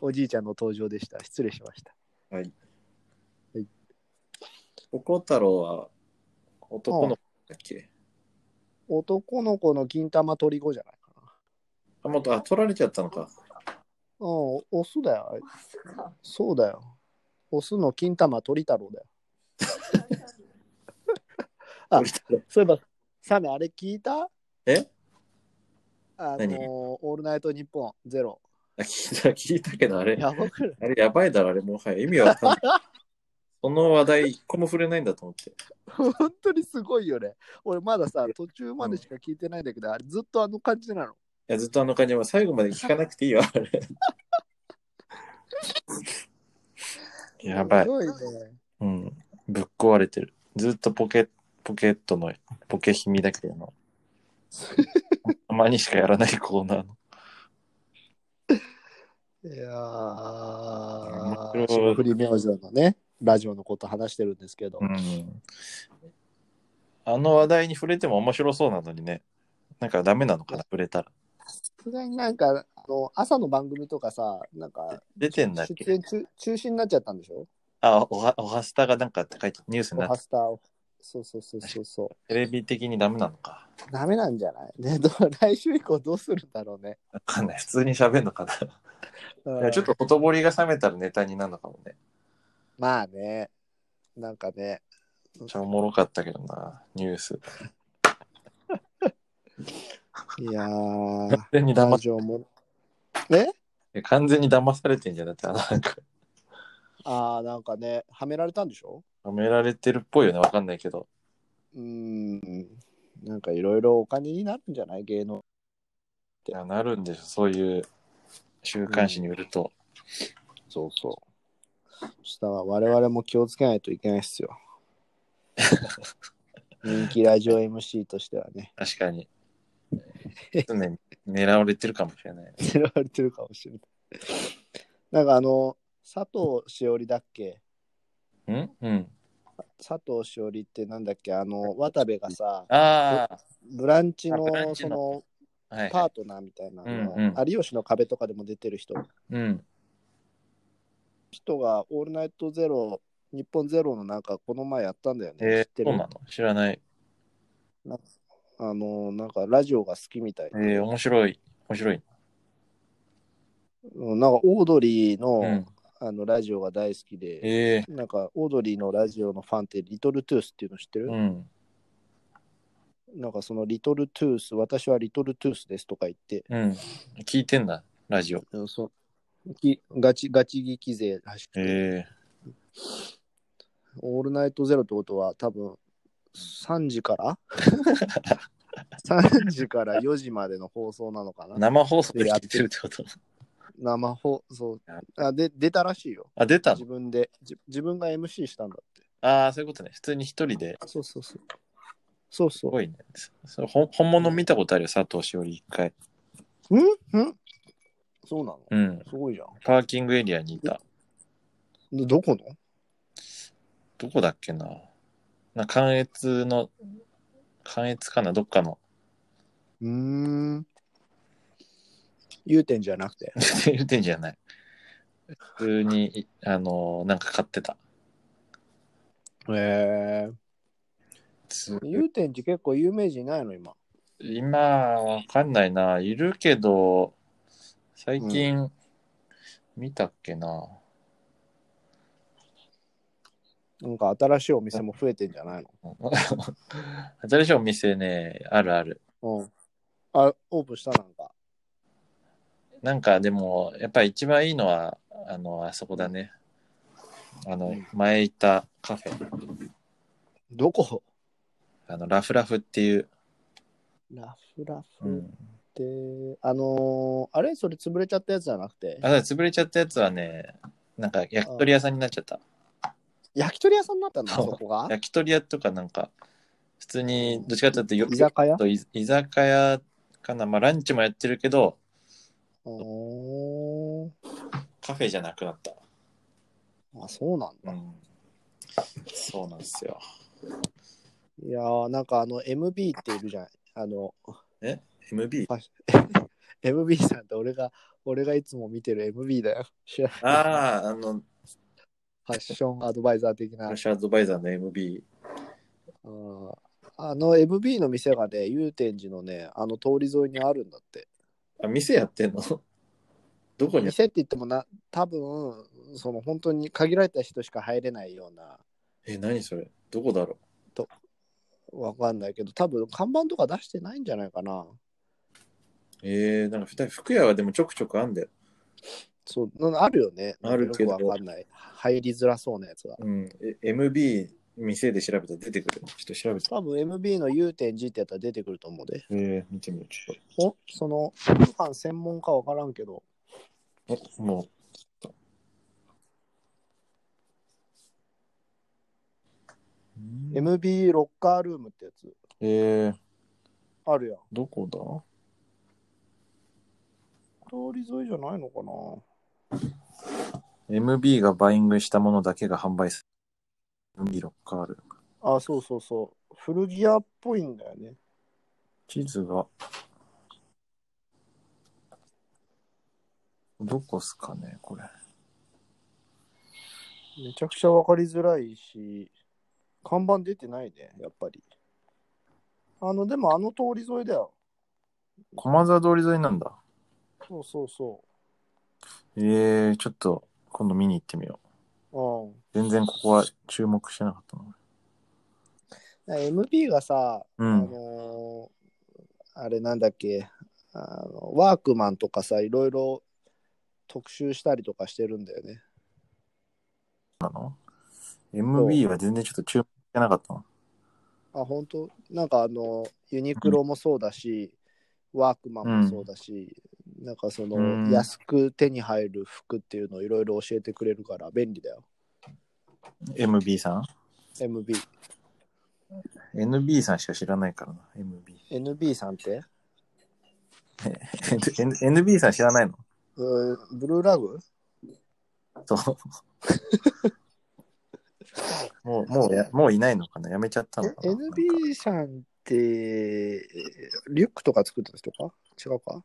Speaker 1: おじいちゃんの登場でした。失礼しました。
Speaker 2: はい
Speaker 1: はい。
Speaker 2: ポコ太郎は男の子
Speaker 4: だっけ
Speaker 1: 男の子の金玉鳥語じゃないかな。
Speaker 4: あ、もっと、あ、取られちゃったのか。
Speaker 1: うん、オスだよ。あれ
Speaker 3: あそっか
Speaker 1: そうだよ。オスの金玉鳥太郎だよ。あ
Speaker 4: 取りたい
Speaker 1: そういえば、サメ、あれ聞いた
Speaker 4: え
Speaker 1: あの
Speaker 4: 何
Speaker 1: オールナイトニッポンゼロ。
Speaker 4: あ聞いた、聞いたけど、あれ、
Speaker 1: やばくない
Speaker 4: あれやばいだろ、あれ、もはや意味わ かんない。その話題、一個も触れないんだと思って。
Speaker 1: 本当にすごいよね。俺まださ、途中までしか聞いてないんだけど、あれずっとあの感じなの。
Speaker 4: いや、ずっとあの感じは最後まで聞かなくていい よ、あれ。
Speaker 2: やばい
Speaker 1: す。ごいね。
Speaker 2: うん。ぶっ壊れてる。ずっとポケ、ポケットの、ポケひみだけどの。 たまにしかやらないコーナーの。
Speaker 1: いやー
Speaker 2: 面白い
Speaker 1: 霜降り明星のね、ラジオのこと話してるんですけど、
Speaker 2: うん。あの話題に触れても面白そうなのにね。なんかダメなのかな、触れたら。
Speaker 1: さすがになんかあの、朝の番組とかさ、なんか、
Speaker 2: 出てんだっ
Speaker 1: 出
Speaker 2: け
Speaker 1: 演中中止になっちゃったんでしょ
Speaker 2: あ、おは、おはスタがなんかって書いて、ニュースになっ
Speaker 1: ハ
Speaker 2: て、
Speaker 1: スターを。そうそうそうそうそ
Speaker 2: テレビ的にダメなのか。
Speaker 1: う。ダメなんじゃない ね、どう来週以降どうするんだろうね。
Speaker 2: わかんない。普通に喋るのかな。
Speaker 1: うん
Speaker 2: いやちょっとほとぼりが冷めたらネタになるのかもね。
Speaker 1: まあね、なんかね、
Speaker 2: めっちゃおもろかったけどな、ニュース。
Speaker 1: いや ー、
Speaker 2: 完全に騙
Speaker 1: ラ
Speaker 2: さ
Speaker 1: ジオも。ね
Speaker 2: れ完全に騙されてんじゃなくて、あのなんか、
Speaker 1: ああ、なんかね、はめられたんでしょ
Speaker 2: はめられてるっぽいよね、わかんないけど。
Speaker 1: うーん、なんかいろいろお金になるんじゃない芸能。
Speaker 2: いやなるんでしょ、そういう週刊誌によると。
Speaker 1: そうそう。したら我々も気をつけないといけないっ すよ。人気ラジオ MC としては ね、
Speaker 2: 確かに。常に狙われてるかもしれない。
Speaker 1: 狙われてるかもしれない。なんかあの、佐藤しおりだっけ
Speaker 2: んうん。
Speaker 1: 佐藤しおりってなんだっけあの、渡部がさ、
Speaker 2: あ
Speaker 1: ブランチ
Speaker 2: あブラン
Speaker 1: の
Speaker 2: チ
Speaker 1: そ
Speaker 2: の
Speaker 1: の
Speaker 2: あ、はい、
Speaker 1: パ
Speaker 2: は
Speaker 1: ー
Speaker 2: い。
Speaker 1: トナーみたいな
Speaker 2: うん
Speaker 1: のが有吉の壁とかでも出てる人
Speaker 2: うん。
Speaker 1: 人が「オールナイトゼロ」日本ゼロのなんかこの前やったんだよね。
Speaker 2: え
Speaker 1: 知って
Speaker 2: ー、
Speaker 1: る
Speaker 2: そうなの知らない。
Speaker 1: あのなんかラジオが好きみたい
Speaker 2: え
Speaker 1: な。
Speaker 2: ー、面白い。面白い。
Speaker 1: うんなんかオードリーの,、
Speaker 2: うん。
Speaker 1: あのラジオが大好きで、
Speaker 2: え
Speaker 1: なんかオードリーのラジオのファンってリトルトゥースっていうの知って
Speaker 2: ー、
Speaker 1: る、
Speaker 2: うん。
Speaker 1: なんかそのリトルトゥース、私はリトルトゥースですとか言って、
Speaker 2: うん。聞いてんだ、ラジオ。
Speaker 1: うんそうきガチガチ聞き勢走っ
Speaker 2: え
Speaker 1: て、オールナイトゼロってことは多分3時から ?3 時から4時までの放送なのかな
Speaker 2: ー、生放送で聞いてるってこと
Speaker 1: 生放送あで出たらしいよ
Speaker 2: あ、出た
Speaker 1: 自
Speaker 2: の
Speaker 1: 分でじ自分が MC したんだって
Speaker 2: ああ、そういうことね。普通に一人で。
Speaker 1: そうそうそうそう
Speaker 2: す
Speaker 1: そ
Speaker 2: ごいね。そ本本物見たことあるよ、佐藤しおり一回。
Speaker 1: うんんそうなの、
Speaker 2: うん。
Speaker 1: すごいじゃん
Speaker 2: パーキングエリアにいた。
Speaker 1: でどこの
Speaker 2: どこだっけな。な関越の、関越かな、どっかの。
Speaker 1: うーん祐天じゃなくて
Speaker 2: 言うてんじゃない。普通に、いあのーなんか買ってた。
Speaker 1: へえ
Speaker 2: つ
Speaker 1: 祐天寺結構有名人いないの今
Speaker 2: 今、わかんないな。いるけど、最近、見たっけな。
Speaker 1: なんか新しいお店も増えてんじゃないの
Speaker 2: 新しいお店ね、あるある。
Speaker 1: うんあオープンしたなんか
Speaker 2: なんかでも、やっぱり一番いいのは、あの、あそこだね。あの、前行ったカフェ、
Speaker 1: どこ
Speaker 2: あの、ラフラフっていう。
Speaker 1: ラフラ
Speaker 2: う
Speaker 1: フっ
Speaker 2: ん。
Speaker 1: て、あのーあれそれ潰れちゃったやつじゃなくて
Speaker 2: あ、だから潰れちゃったやつはね、なんか焼き鳥屋さんになっちゃった。
Speaker 1: 焼き鳥屋さんになったんだ
Speaker 2: そ
Speaker 1: そうこが
Speaker 2: 焼き鳥屋とかなんか、普通に、どっちかというとよ、
Speaker 1: 居酒屋
Speaker 2: とい居酒屋かな。まあ、ランチもやってるけど、
Speaker 1: おー
Speaker 2: カフェじゃなくなった。
Speaker 1: あそうなん
Speaker 2: う
Speaker 1: だ、
Speaker 2: ん。そうなんですよ。
Speaker 1: いやーなんかあの MB っているじゃんあの
Speaker 2: MB?
Speaker 1: ファッ MB さんって俺が俺がいつも見てる MB だよ知らない
Speaker 2: ああ、あの、
Speaker 1: ファッションアドバイザー的な
Speaker 2: ラッシュアドバイザーの MB。
Speaker 1: あーあの MB の店がね、祐天寺のね、あの通り沿いにあるんだって。
Speaker 4: あ、店やってんの どこに
Speaker 1: 店って言ってもな、多分その本当に限られた人しか入れないような、
Speaker 4: え、何それどこだろ
Speaker 1: わかんないけど、多分看板とか出してないんじゃないかな。
Speaker 4: うえー、なんか二人、服屋はでもちょくちょくあんだよ。
Speaker 1: そう、なあるよね。
Speaker 4: あるけど
Speaker 1: よくわかんない。入りづらそうなやつが。
Speaker 4: うん。え MB 店で調べたら出てくる。ちょっと調べて。
Speaker 1: 多分 MB の祐天寺ってやったら出てくると思うで。
Speaker 4: えー、見てみよう、ちょっ
Speaker 1: おその、通販専門かわからんけど、
Speaker 4: と。
Speaker 2: おもう。ん
Speaker 1: MB ロッカールームってやつ、
Speaker 2: えー、
Speaker 1: あるやん。
Speaker 2: どこだ
Speaker 1: 通り沿いじゃないのかな
Speaker 2: MB がバイングしたものだけが販売する。MB ロッカールーム。
Speaker 1: あ、そうそうそう。古着屋っぽいんだよね。
Speaker 2: 地図が、どこっすかね、これ。
Speaker 1: めちゃくちゃわかりづらいし、看板出てないね、やっぱり。あの、でもあの通り沿いだよ。
Speaker 2: 駒沢通り沿いなんだ。
Speaker 1: そうそうそ
Speaker 2: えー、ちょっと、今度見に行ってみよう。
Speaker 1: う。うん。
Speaker 2: 全然ここは注目してなかったな。
Speaker 1: MB がさ、
Speaker 2: う
Speaker 1: あ
Speaker 2: ん。
Speaker 1: のーあれなんだっけあの、ワークマンとかさ、いろいろ特集したりとかしてるんだよね。
Speaker 2: なの ?MB は全然ちょっと注目してなかったな。
Speaker 1: あ、本当なんかあの、ユニクロもそうだし、ワークマンもそうだし、なんかその、
Speaker 2: うん
Speaker 1: 安く手に入る服っていうのをいろいろ教えてくれるから便利だよ。
Speaker 2: MB さん
Speaker 1: MB。
Speaker 2: ?NB さんしか知らないからな、MB。
Speaker 1: NB さんって
Speaker 2: え N- NB さん知らないの
Speaker 1: うーブルーラグ
Speaker 2: そう。もう、もうや、もういないのかなやめちゃった
Speaker 1: え
Speaker 2: のかな
Speaker 1: ?NB さんって、リュックとか作ってた人か違うか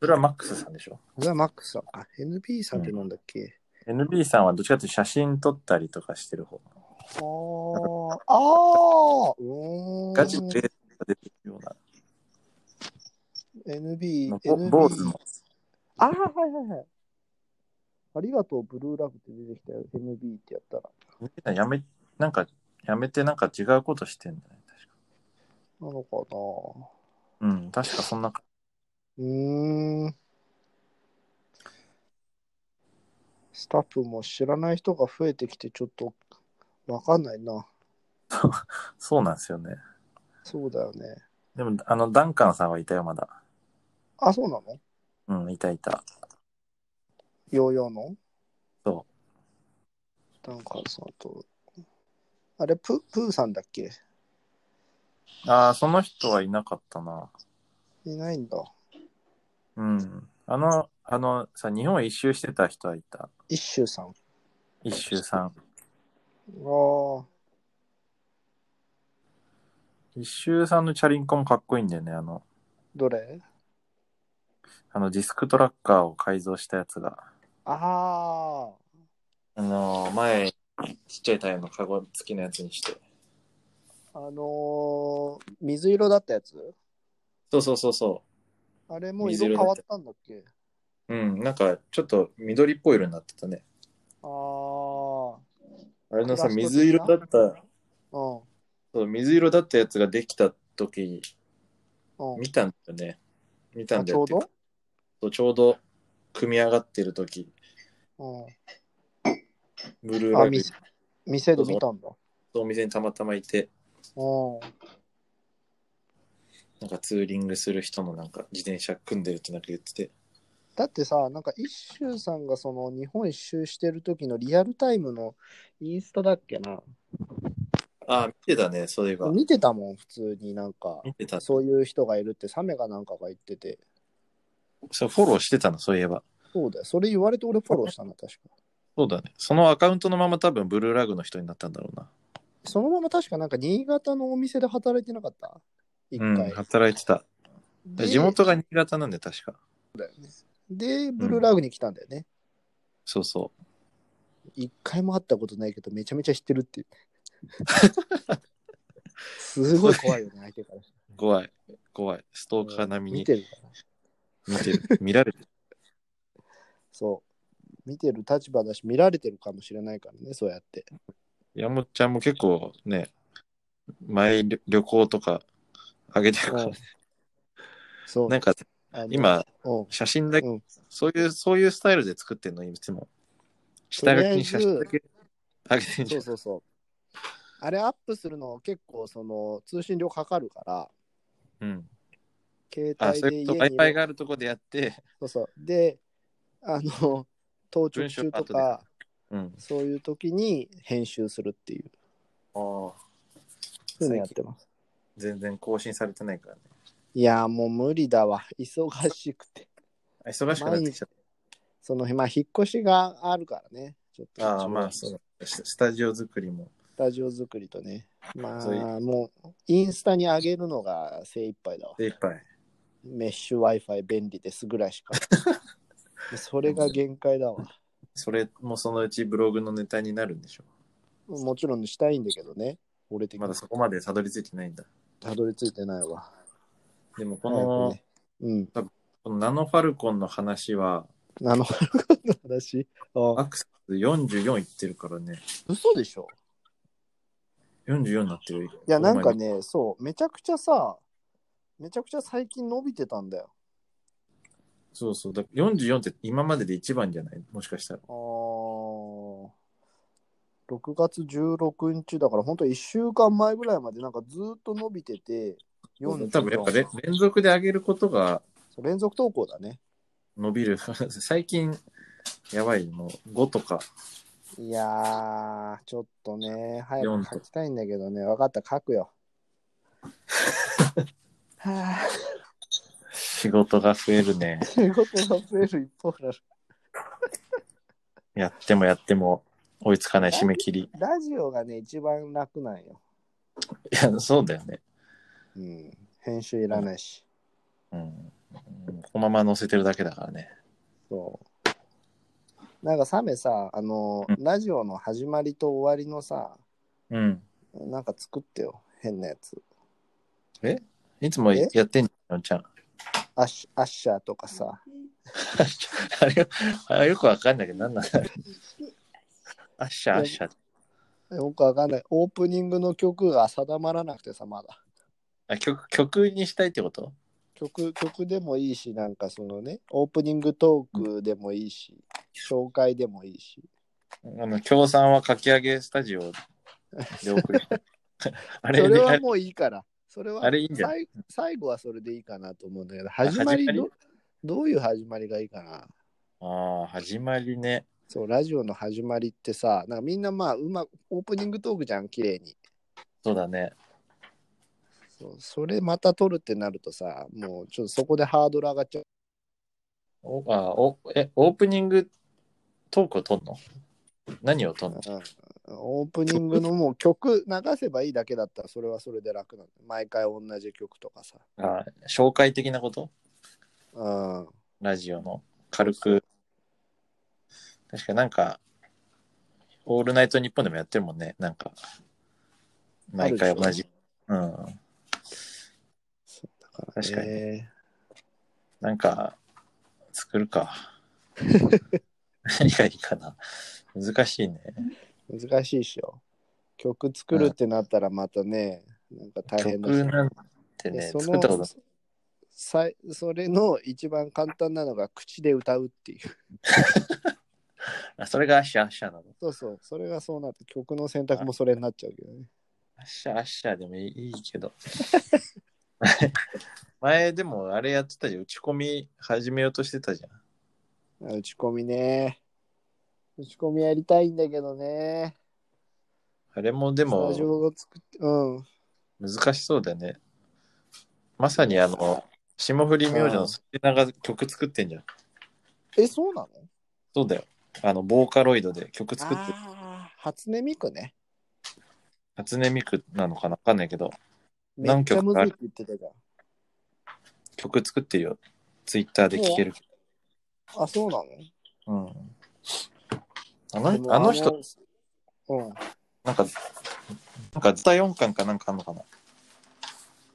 Speaker 2: それはマックスさんでしょ
Speaker 1: これはマックスさんか。NB さんってなんだっけ、
Speaker 2: ?NB さんはどっちかっていうと写真撮ったりとかしてる方。
Speaker 1: ああ、ああ、うーん。
Speaker 2: ガチで出てるような。
Speaker 1: NB、
Speaker 2: ぼ
Speaker 1: NB。
Speaker 2: 坊主の。
Speaker 1: ああ、はいはいはい。ありがとう、ブルーラグって出てきたよ。NB ってやったら。
Speaker 2: やめ、なんか、やめてなんか違うことしてんだね。確か
Speaker 1: なのかな
Speaker 2: うん、確かそんな感
Speaker 1: うーん。スタッフも知らない人が増えてきて、ちょっとわかんないな。
Speaker 2: じ。そうなんですよね。
Speaker 1: そうだよね。
Speaker 2: でも、あの、ダンカンさんはいたよ、まだ。
Speaker 1: あ、そうなの
Speaker 2: うん、いたいた。
Speaker 1: ヨーヨーの。
Speaker 2: そう
Speaker 1: ダンカーさんと。あれ、ププーさんだっけ
Speaker 2: ああ、その人はいなかったな。
Speaker 1: いないんだ。
Speaker 2: うん。あの、あの、さ、日本一周してた人はいた。
Speaker 1: 一周さん。あ
Speaker 2: 一周さん。
Speaker 1: あ。
Speaker 2: 一周さんのチャリンコもかっこいいんだよね。あの、
Speaker 1: どれ
Speaker 2: あのディスクトラッカーを改造したやつが。
Speaker 1: ああ。
Speaker 2: あのー、前、ちっちゃいタイヤのカゴ付きのやつにして。
Speaker 1: あのー、水色だったやつ
Speaker 4: そうそうそうそ
Speaker 1: あれもう
Speaker 4: 水
Speaker 1: 色
Speaker 4: 色
Speaker 1: 変
Speaker 4: だ
Speaker 1: わ
Speaker 4: っ
Speaker 1: ったたんだっけ
Speaker 4: う。うん、なんかちょっと緑っぽい色になってたね。
Speaker 1: ああ。
Speaker 4: あれのさ、
Speaker 1: クラフト
Speaker 4: 水色だった、
Speaker 1: うん。
Speaker 4: そう、水色だったやつができた時、
Speaker 1: うん。
Speaker 4: 見たんだよね。見た
Speaker 1: あ
Speaker 4: んだ
Speaker 1: ち
Speaker 4: よ
Speaker 1: ょう
Speaker 4: っていう
Speaker 1: ど
Speaker 4: かそうちょうど組み上がってる時、
Speaker 1: う
Speaker 4: ブルー
Speaker 1: ん。あ、
Speaker 4: ラグ
Speaker 1: 店店で見たんだ。
Speaker 4: お店にたまたまいて、
Speaker 1: うん。
Speaker 4: なんかツーリングする人のなんか自転車組んでるってなんか言ってて。
Speaker 1: だってさ、なんか一周さんがその日本一周してる時のリアルタイムのインスタだっけな。
Speaker 4: ああ、見てたね、そういえば。
Speaker 1: 見てたもん、普通になんか。
Speaker 4: 見てた。
Speaker 1: そういう人がいるってサメがなんかが言ってて。
Speaker 2: そう、フォローしてたの、そういえば。
Speaker 1: そうだよ。それ言われて俺フォローしたな、確か。
Speaker 2: そうだね。そのアカウントのまま多分ブルーラグの人になったんだろうな。
Speaker 1: そのまま確かなんか新潟のお店で働いてなかった一
Speaker 2: うん
Speaker 1: 回、、
Speaker 2: 働いてた。
Speaker 1: で
Speaker 2: 地元が新潟なんで、確か。
Speaker 1: で、ブルーラグに来たんだよね。
Speaker 2: そうそ
Speaker 1: 一、回も会ったことないけど、めちゃめちゃ知ってるっていう。すごい怖いよね、相手からした
Speaker 2: 怖い。怖い。ストーカー
Speaker 1: ら。
Speaker 2: 並み
Speaker 1: 見
Speaker 2: に
Speaker 1: てるから。
Speaker 2: 見てる。見られてる。
Speaker 1: そう。見てる立場だし、見られてるかもしれないからね、そうやって。
Speaker 2: 山本ちゃんも結構ね、前旅旅行とかあげてるから、
Speaker 1: うんそう。
Speaker 2: なんか
Speaker 1: あの、
Speaker 2: 今、
Speaker 1: うん、
Speaker 2: 写真だけ、
Speaker 1: うん
Speaker 2: そういう、そういうスタイルで作ってんの、いつも。下書きに写真だけあげ てんじ
Speaker 1: そ
Speaker 2: ゃ。
Speaker 1: うんそうそう。あれアップするの結構その通信料かかるから、
Speaker 2: うん。
Speaker 1: 携
Speaker 2: あ、
Speaker 1: 帯
Speaker 2: そう
Speaker 1: で
Speaker 2: い
Speaker 1: 家
Speaker 2: う
Speaker 1: に
Speaker 2: こと、Wi-Fi があるとこでやって、
Speaker 1: そうそう。で、あの、当直中と
Speaker 2: 文章パ
Speaker 1: か、
Speaker 2: うん。
Speaker 1: そういう時に編集するっていう、
Speaker 4: ああ、
Speaker 1: そういうのやってます。
Speaker 2: 全然更新されてないからね。
Speaker 1: いやー、もう無理だわ。忙しくて。
Speaker 2: あ忙しくなってきちゃっ
Speaker 1: その、まあ、引っ越しがあるからね。ちょっと
Speaker 2: た。ああ、まあ、そう。ススタジオ作りも。
Speaker 1: スタジオ作りとね。ま
Speaker 2: そうい
Speaker 1: あ、もう、インスタに上げるのが精一杯だわ。
Speaker 2: 精一杯。
Speaker 1: メッシュ Wi-Fi 便利ですぐらい しか。それが限界だわ。
Speaker 2: それもそのうちブログのネタになるんでしょ
Speaker 1: もちろんしたいんだけどね。俺
Speaker 2: う。
Speaker 1: 的
Speaker 2: まだ
Speaker 1: に
Speaker 2: そこまでたどり着いてないんだ。
Speaker 1: たどり着いてないわ。
Speaker 2: でもこ
Speaker 1: 早
Speaker 2: の、
Speaker 1: くね。うん。
Speaker 2: このナノファルコンの話は、
Speaker 1: ナノファルコンの話。あ
Speaker 2: アクセス44いってるからね。
Speaker 1: 嘘でしょ
Speaker 2: 44になってる。
Speaker 1: いや、なんかね、そう、めちゃくちゃさ、めちゃくちゃ最近伸びてたんだよ。
Speaker 2: そうそう。だ44って今までで一番じゃないもしかしたら。
Speaker 1: あー6月16日だから、本当1週間前ぐらいまでなんかずーっと伸びてて、44
Speaker 2: 多分やっぱれ連続で上げることが
Speaker 1: そう連続投稿だね。
Speaker 2: 伸びる。 最近、やばい、もう5とか。
Speaker 1: いやー、ちょっとね、早
Speaker 2: 四
Speaker 1: く
Speaker 2: と
Speaker 1: 書きたいんだけどね、分かった、書くよ。はあ、
Speaker 2: 仕事が増えるね。
Speaker 1: 仕事が増える一方だ。
Speaker 2: やってもやっても追いつかない締め切り。
Speaker 1: ラジオがね、一番楽なんよ。
Speaker 2: いや、そうだよね。
Speaker 1: うん、編集いらないし。
Speaker 2: うん。このまま載せてるだけだからね。
Speaker 1: そう。なんかサメさ、あの、
Speaker 2: うん
Speaker 1: ラジオの始まりと終わりのさ、
Speaker 2: うん。
Speaker 1: なんか作ってよ、変なやつ。
Speaker 2: いつも
Speaker 1: え
Speaker 2: やってんじゃん、ちゃん。
Speaker 1: アッシアッシャーとかさ、
Speaker 2: あれあれよくわかんないけど、なんなんだろうアッシャー、アッシャー。
Speaker 1: よくわかんない。オープニングの曲が定まらなくてさ、まだ。
Speaker 2: あ曲曲にしたいってこと
Speaker 1: 曲曲でもいいし、なんかそのね、オープニングトークでもいいし、紹介でもいいし。
Speaker 2: あの、協賛はかき上げスタジオで送り あ
Speaker 1: そ
Speaker 2: れ、
Speaker 1: れは
Speaker 2: ね、
Speaker 1: もういいから、それは
Speaker 2: あれいいんじゃん
Speaker 1: 最最後はそれでいいかなと思うんだけど、始まり
Speaker 2: 始ま
Speaker 1: どどういう始まりがいいかな。
Speaker 2: ああー、始まりね。
Speaker 1: そう、ラジオの始まりってさ、なんかみんなまあ、うまオープニングトークじゃん、綺麗に。
Speaker 2: そうだね。
Speaker 1: そうそれまた撮るってなるとさ、もうちょっとそこでハードル上がっちゃう。
Speaker 2: おあおえ、オープニングトークを撮んの何を撮んの
Speaker 1: うんオープニングのもう曲流せばいいだけだったらそれはそれで楽なの。毎回同じ曲とかさ。
Speaker 2: あ紹介的なこと
Speaker 1: うん。
Speaker 2: ラジオの。軽く。確かなんか、オールナイトニッポンでもやってるもんね。なんか、毎回同じ。うん。
Speaker 1: だから、ね、
Speaker 2: 確かなんか、作るか。何がいいかな。難しいね。
Speaker 1: 難しいっしょ。曲作るってなったらまたね、なんか大変だし
Speaker 2: 曲なんて
Speaker 1: で
Speaker 2: ね、
Speaker 1: そ
Speaker 2: 作ったこと
Speaker 1: のさいそれの一番簡単なのが口で歌うっていう。
Speaker 2: あ、それがアッシャーアッシャーなの。
Speaker 1: そうそう、それがそうなって曲の選択もそれになっちゃうけどね。
Speaker 2: アッシャーアッシャーでもいいいいけど。 前でもあれやってたじゃん。打ち込み始めようとしてたじゃん。
Speaker 1: 打ち込みね。打ち込みやりたいんだけどね。
Speaker 2: あれもで
Speaker 1: スタジ
Speaker 2: も
Speaker 1: オを作って、うん。
Speaker 2: 難しそうだよね。まさにあの、霜降り明星のそちらが曲作ってんじゃん。
Speaker 1: え、そうなの
Speaker 2: そうだよ。あの、ボーカロイドで曲作って、
Speaker 1: あー初音ミクね。
Speaker 2: 初音ミクなのかなわかんないけど、
Speaker 1: めっ
Speaker 2: 何
Speaker 1: ちゃ
Speaker 2: 曲
Speaker 1: むず
Speaker 2: かあ
Speaker 1: い
Speaker 2: る
Speaker 1: って言ってたじゃん。
Speaker 2: 曲作ってるよ。ツイッターで聴ける。
Speaker 1: あ、そうなの
Speaker 2: うん。あ
Speaker 1: でも
Speaker 2: のあの人、
Speaker 1: うん。
Speaker 2: なんか、かズタ4巻かなんかあんのかない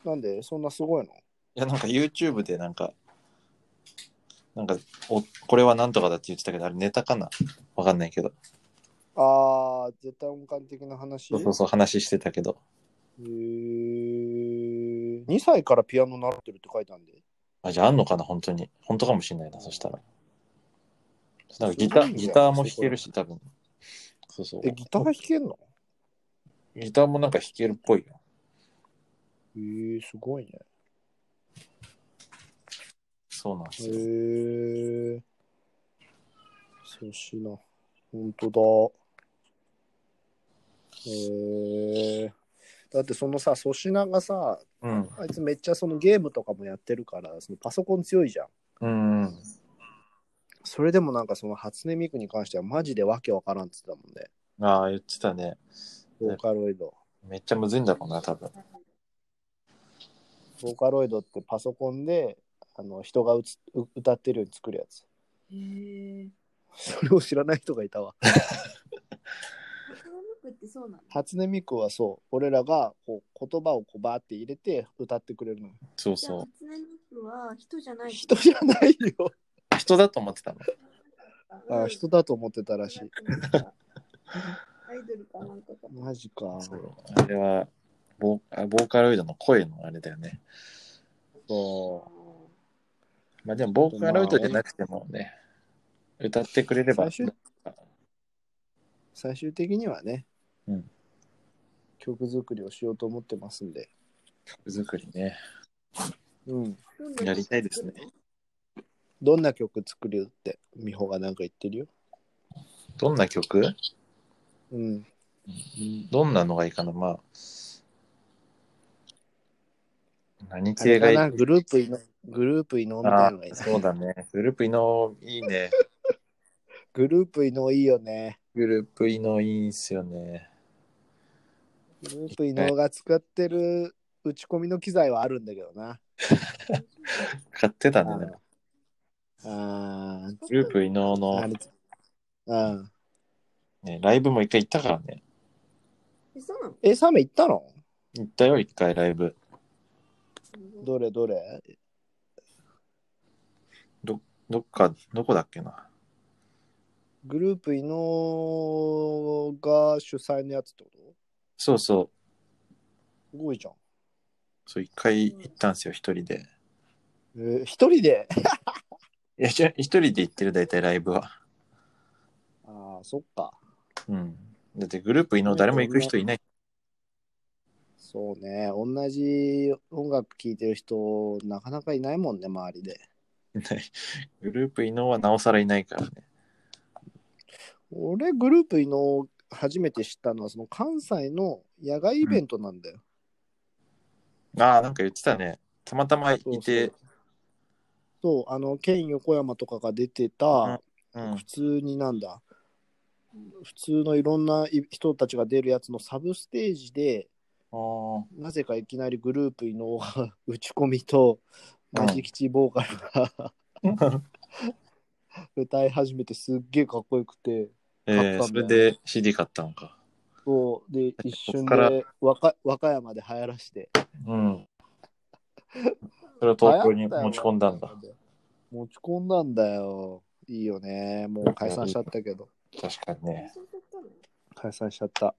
Speaker 1: なんで、そんなすごいの
Speaker 2: や、なんか YouTube でなんか、なんかお、これはなんとかだって言ってたけど、あれネタかなわかんないけど。
Speaker 1: ああ、絶対音感的な話。
Speaker 2: そうそうそう、話してたけど。
Speaker 1: へー2歳からピアノ習ってるって書いたんで。
Speaker 2: あ、じゃああんのかな本当に。本当かもしれないな、そしたら。なんかギタ
Speaker 1: すごい
Speaker 2: ー、
Speaker 1: ね
Speaker 2: ギターも弾けるし、多分。そうそう。
Speaker 1: え、ギター弾けんの
Speaker 2: ギターもなんか弾けるっぽいよ。
Speaker 1: へーすごいね。
Speaker 2: そうなんです
Speaker 1: へ
Speaker 2: よ。
Speaker 1: ーそうしな。ほんとだ。へーだってそのさ、粗品がさ、
Speaker 2: うん。
Speaker 1: あいつめっちゃそのゲームとかもやってるから、そのパソコン強いじゃん。
Speaker 2: うんうん。
Speaker 1: それでもなんかその初音ミクに関してはマジでわけわからんっつってたもんね。
Speaker 2: ああ、言ってたね。
Speaker 1: ボーカロイド。
Speaker 2: めっちゃむずいんだろうな、多分。
Speaker 1: ボーカロイドってパソコンであの人がうつう歌ってるように作るやつ。
Speaker 3: へえ。
Speaker 1: それを知らない人がいたわ。
Speaker 3: その服ってそうなの
Speaker 1: 初音ミクはそう、俺らがこう言葉をこうバーって入れて歌ってくれるの。
Speaker 2: そう
Speaker 3: じゃ
Speaker 2: そ
Speaker 3: あ、初音ミクは人じゃない
Speaker 1: 人じゃないよ。
Speaker 2: う。人だと思ってたの。
Speaker 1: あ人だと思ってたらしい。
Speaker 3: アイドルかなんかか。
Speaker 1: マジか。
Speaker 2: そ
Speaker 1: そう
Speaker 2: あれはボーあボーカロイドの声のあれだよね。まあでもボーカロイドじゃなくてもね、歌ってくれれば
Speaker 1: 最、終最終的にはね、
Speaker 2: うん
Speaker 1: 曲作りをしようと思ってますんで。
Speaker 2: 曲作りね。
Speaker 1: うん。
Speaker 2: やりたいですね。
Speaker 1: どんな曲作るって、美穂がなんか言ってるよ。
Speaker 2: どんな曲
Speaker 1: うん。
Speaker 2: どんなのがいいかなまあ。何系がいい
Speaker 1: あれかなグループいの、グループいのみたいなのがいい
Speaker 2: あ
Speaker 1: な
Speaker 2: そうだね。グループイノいいね。
Speaker 1: グループいのいいよね。
Speaker 2: グループイノいいんすよね。
Speaker 1: グループ伊能が使ってる打ち込みの機材はあるんだけどな。
Speaker 2: 買ってたんだね。
Speaker 1: あ
Speaker 2: グループイノ
Speaker 1: あ、あ
Speaker 2: の
Speaker 1: れ、うん。
Speaker 2: ね、ライブも一回行ったからね。
Speaker 3: え、そうなの
Speaker 1: え、サメ行ったの
Speaker 2: 行ったよ、一回ライブ。
Speaker 1: どれどれ
Speaker 2: どっか、どこだっけな。
Speaker 1: グループ伊能が主催のやつってこと
Speaker 2: そうそう。
Speaker 1: すごいじゃん。
Speaker 2: そう、一回行ったんですよ、一人で。
Speaker 1: えー一人で
Speaker 2: いや、じゃ一人で行ってる、大体ライブは。
Speaker 1: ああ、そっか。
Speaker 2: うん。だってグループいの誰も行く人いない。
Speaker 1: そうね。同じ音楽聴いてる人、なかなかいないもんね、周りで。
Speaker 2: い ないグループいのはなおさらいないからね。
Speaker 1: 俺、グループ伊能初めて知ったのは、その関西の野外イベントなんだよ。
Speaker 2: ああ、なんか言ってたね。たまたまいて、
Speaker 1: そうそうそう、あの、県横山とかが出てた、
Speaker 2: うん
Speaker 1: 普。通になんだ、普通のいろんない人たちが出るやつのサブステージで、
Speaker 2: あ
Speaker 1: なぜかいきなりグループの打ち込みと、
Speaker 2: うん
Speaker 1: マジ吉ボーカルが
Speaker 2: ー
Speaker 1: 歌い始めてすっげえかっこよくて、
Speaker 2: えーそれで CD 買ったのか。
Speaker 1: そう、で、一
Speaker 2: こ
Speaker 1: 瞬
Speaker 2: っから
Speaker 1: で和歌和歌山で流行らして、
Speaker 2: うん。それを東京に
Speaker 1: 流行ったよ
Speaker 2: 持ち込んだんだ。。
Speaker 1: 持ち込んだんだよ。いいよね。もう解散しちゃったけど。
Speaker 2: 確かにね。
Speaker 1: 解散しちゃった。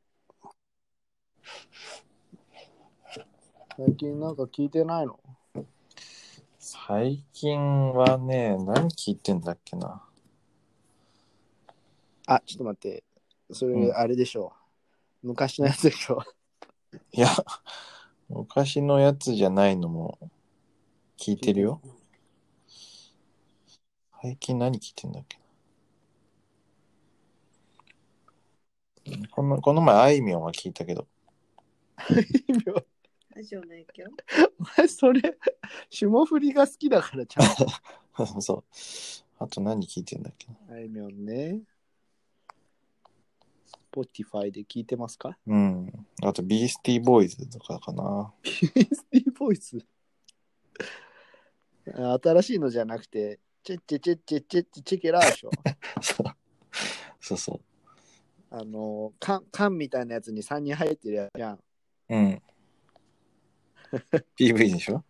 Speaker 1: 最近なんか聞いてないの
Speaker 2: 最近はね、何聞いてんだっけな。
Speaker 1: あ、ちょっと待って。それ、
Speaker 2: うん
Speaker 1: あれでしょう。昔のやつでしょ。
Speaker 2: いや、昔のやつじゃないのも聞いてるよ。最近何聞いてんだっけなこのこの前、あいみょんは聞いたけど、
Speaker 3: ラジオの影響
Speaker 1: お前、それ、霜降りが好きだからちゃんと。
Speaker 2: そう。あと何聞いてんだっけな
Speaker 1: あいみょんね。ポティファイで聞いてますか
Speaker 2: うん。あと、ビースティーボーイズとかかな。
Speaker 1: ミスティーボイス。あ新しいのじゃなくて、チェッチェチェッチェッチェッチェチェケラーでしょ。
Speaker 2: そうそうそう。
Speaker 1: あの、缶缶みたいなやつに3人入ってるやつじゃん。
Speaker 2: うん。PV でしょ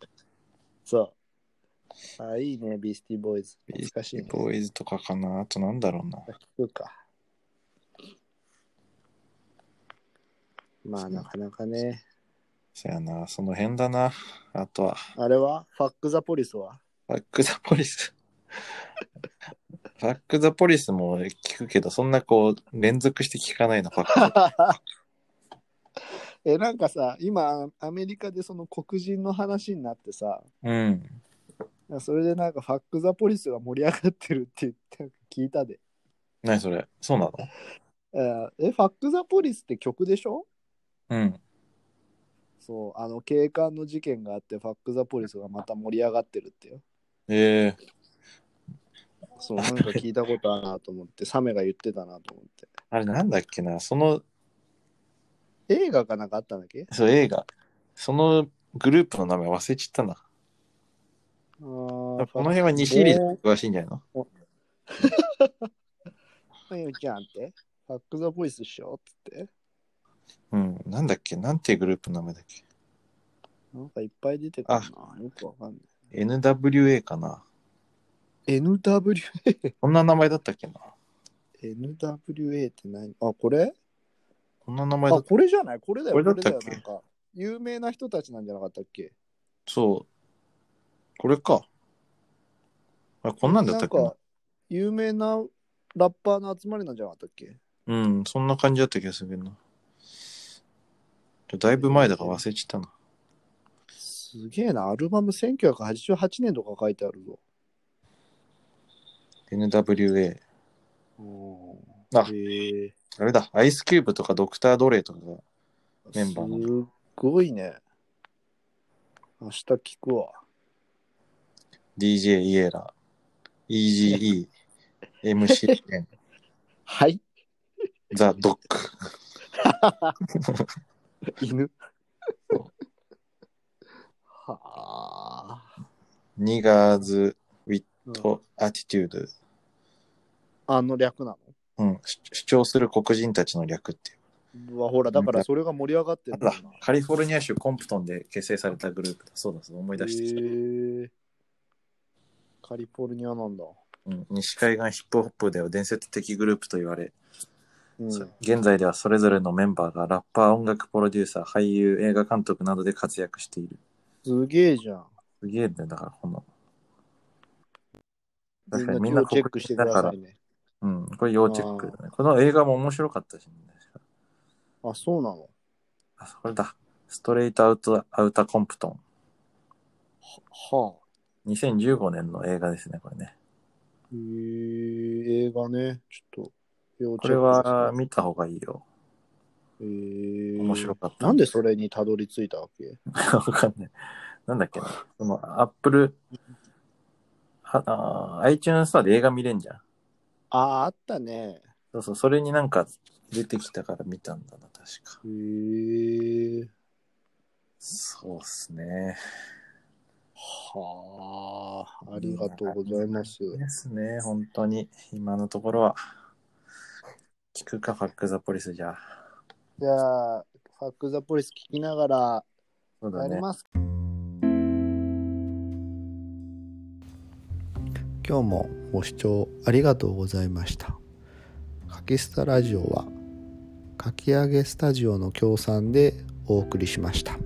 Speaker 1: そう。あ、いいね、ビースティーボーイズ。懐かしいね。
Speaker 2: ボーイズとかかな。あとなんだろうな。
Speaker 1: そうか。まあ、なかなかね。
Speaker 2: そやな。その辺だな。あとは、
Speaker 1: あれはファック・ザ・ポリスは
Speaker 2: バック・ザ・ポリス。バック・ザ・ポリスも聞くけど、そんなこう、連続して聞かないな、バックザ。
Speaker 1: え、なんかさ、今、アメリカでその黒人の話になってさ、
Speaker 2: うん。
Speaker 1: それでなんかファック・ザ・ポリスが盛り上がってるって言って聞いたで。
Speaker 2: 何それそうなの
Speaker 1: えーえ、ファック・ザ・ポリスって曲でしょ
Speaker 2: うん。
Speaker 1: そう、あの警官の事件があって、ファック・ザ・ポリスがまた盛り上がってるってよ。
Speaker 2: ええ
Speaker 1: そう、なんか聞いたことあるなと思って、サメが言ってたなと思って。
Speaker 2: あれなんだっけな。その、
Speaker 1: 映画かなんかあったんだっけ
Speaker 2: そう、映画。そのグループの名前忘れちゃったな。
Speaker 1: あ
Speaker 2: この
Speaker 1: ー
Speaker 2: 辺は西入詳しいんじゃないの
Speaker 1: ファックちゃんって、ファック・ザ・ポリスっしょっつって。
Speaker 2: うん。なんだっけなんていうグループの名前だっけ
Speaker 1: なんかいっぱい出てくるな。よくわかんない。
Speaker 2: ?NWA かな
Speaker 1: NW、
Speaker 2: こんな名前だったっけな
Speaker 1: NWA って何あ、これ
Speaker 2: こんな名前だ
Speaker 1: あ、
Speaker 2: った
Speaker 1: これじゃないこれだよ。
Speaker 2: これだったっけ
Speaker 1: これよなんか有名な人たちなんじゃなかったっけ
Speaker 2: そう。これか。あこんなんだったっけな
Speaker 1: なんか、有名なラッパーの集まりなんじゃなかったっけ
Speaker 2: うん、そんな感じだった気がするけどな。だいぶ前だから忘れちゃったな。
Speaker 1: すげえな、アルバム1988年とか書いてあるぞ。
Speaker 2: NWA。あ
Speaker 1: へえ
Speaker 2: あれだ、アイスキューブとかドクター・ドレイとかが。メンバーな
Speaker 1: すっごいね。明日聞くわ。
Speaker 2: DJ イエラ、EGE、MCN、
Speaker 1: はい、
Speaker 2: ザ・ドック。
Speaker 1: 犬
Speaker 2: そ。
Speaker 1: はあ。
Speaker 2: ニガーズ・ウィット・アティテュード。
Speaker 1: あの略な
Speaker 2: うん、主主張する黒人たちの略っていう。
Speaker 1: のうわ、ほら、だからそれが盛り上がってるんだよな。
Speaker 2: カリフォルニア州コンプトンで結成されたグループだ。そうだ、そうだ思い出してきた。
Speaker 1: へえカリフォルニアなんだ。
Speaker 2: うん、西海岸ヒップホップでは伝説的グループと言われ、
Speaker 1: うん、
Speaker 2: そう現在ではそれぞれのメンバーがラッパー、音楽プロデューサー、俳優、映画監督などで活躍している。
Speaker 1: すげえじゃん。
Speaker 2: すげえんだよ、だからこの。
Speaker 1: みん
Speaker 2: 確か
Speaker 1: な
Speaker 2: にみん
Speaker 1: 今
Speaker 2: な
Speaker 1: 日チェックしてくださいね。
Speaker 2: うん、これ要チェックだね。この映画も面白かったしね。
Speaker 1: あ、そうなの
Speaker 2: あ、それだ。ストレートアウト、アウターコンプト
Speaker 1: はあ。
Speaker 2: ン。2015年の映画ですね、これね。
Speaker 1: へえ映画ね。ちょっと、要
Speaker 2: これは、見た方がいいよ。
Speaker 1: え
Speaker 2: 面白かった。
Speaker 1: なんでそれにたどり着いたわけ
Speaker 2: わかんない。なんだっけな。その、アップル、ああー iTunes ストアで映画見れんじゃん。
Speaker 1: ああ、あったね。
Speaker 2: そうそう、それになんか出てきたから見たんだな、確か。
Speaker 1: へえ
Speaker 2: そうっすね。
Speaker 1: はあ、ありがとうございます。
Speaker 2: ですね、本当に。今のところは。聞くか、ファック・ザ・ポリスじゃあ。
Speaker 1: じゃあ、ファック・ザ・ポリス聞きながら
Speaker 2: そうだ
Speaker 1: やり
Speaker 2: ね。
Speaker 1: ます。今日もご視聴ありがとうございました。かきスタラジオは、かき上げスタジオの協賛でお送りしました。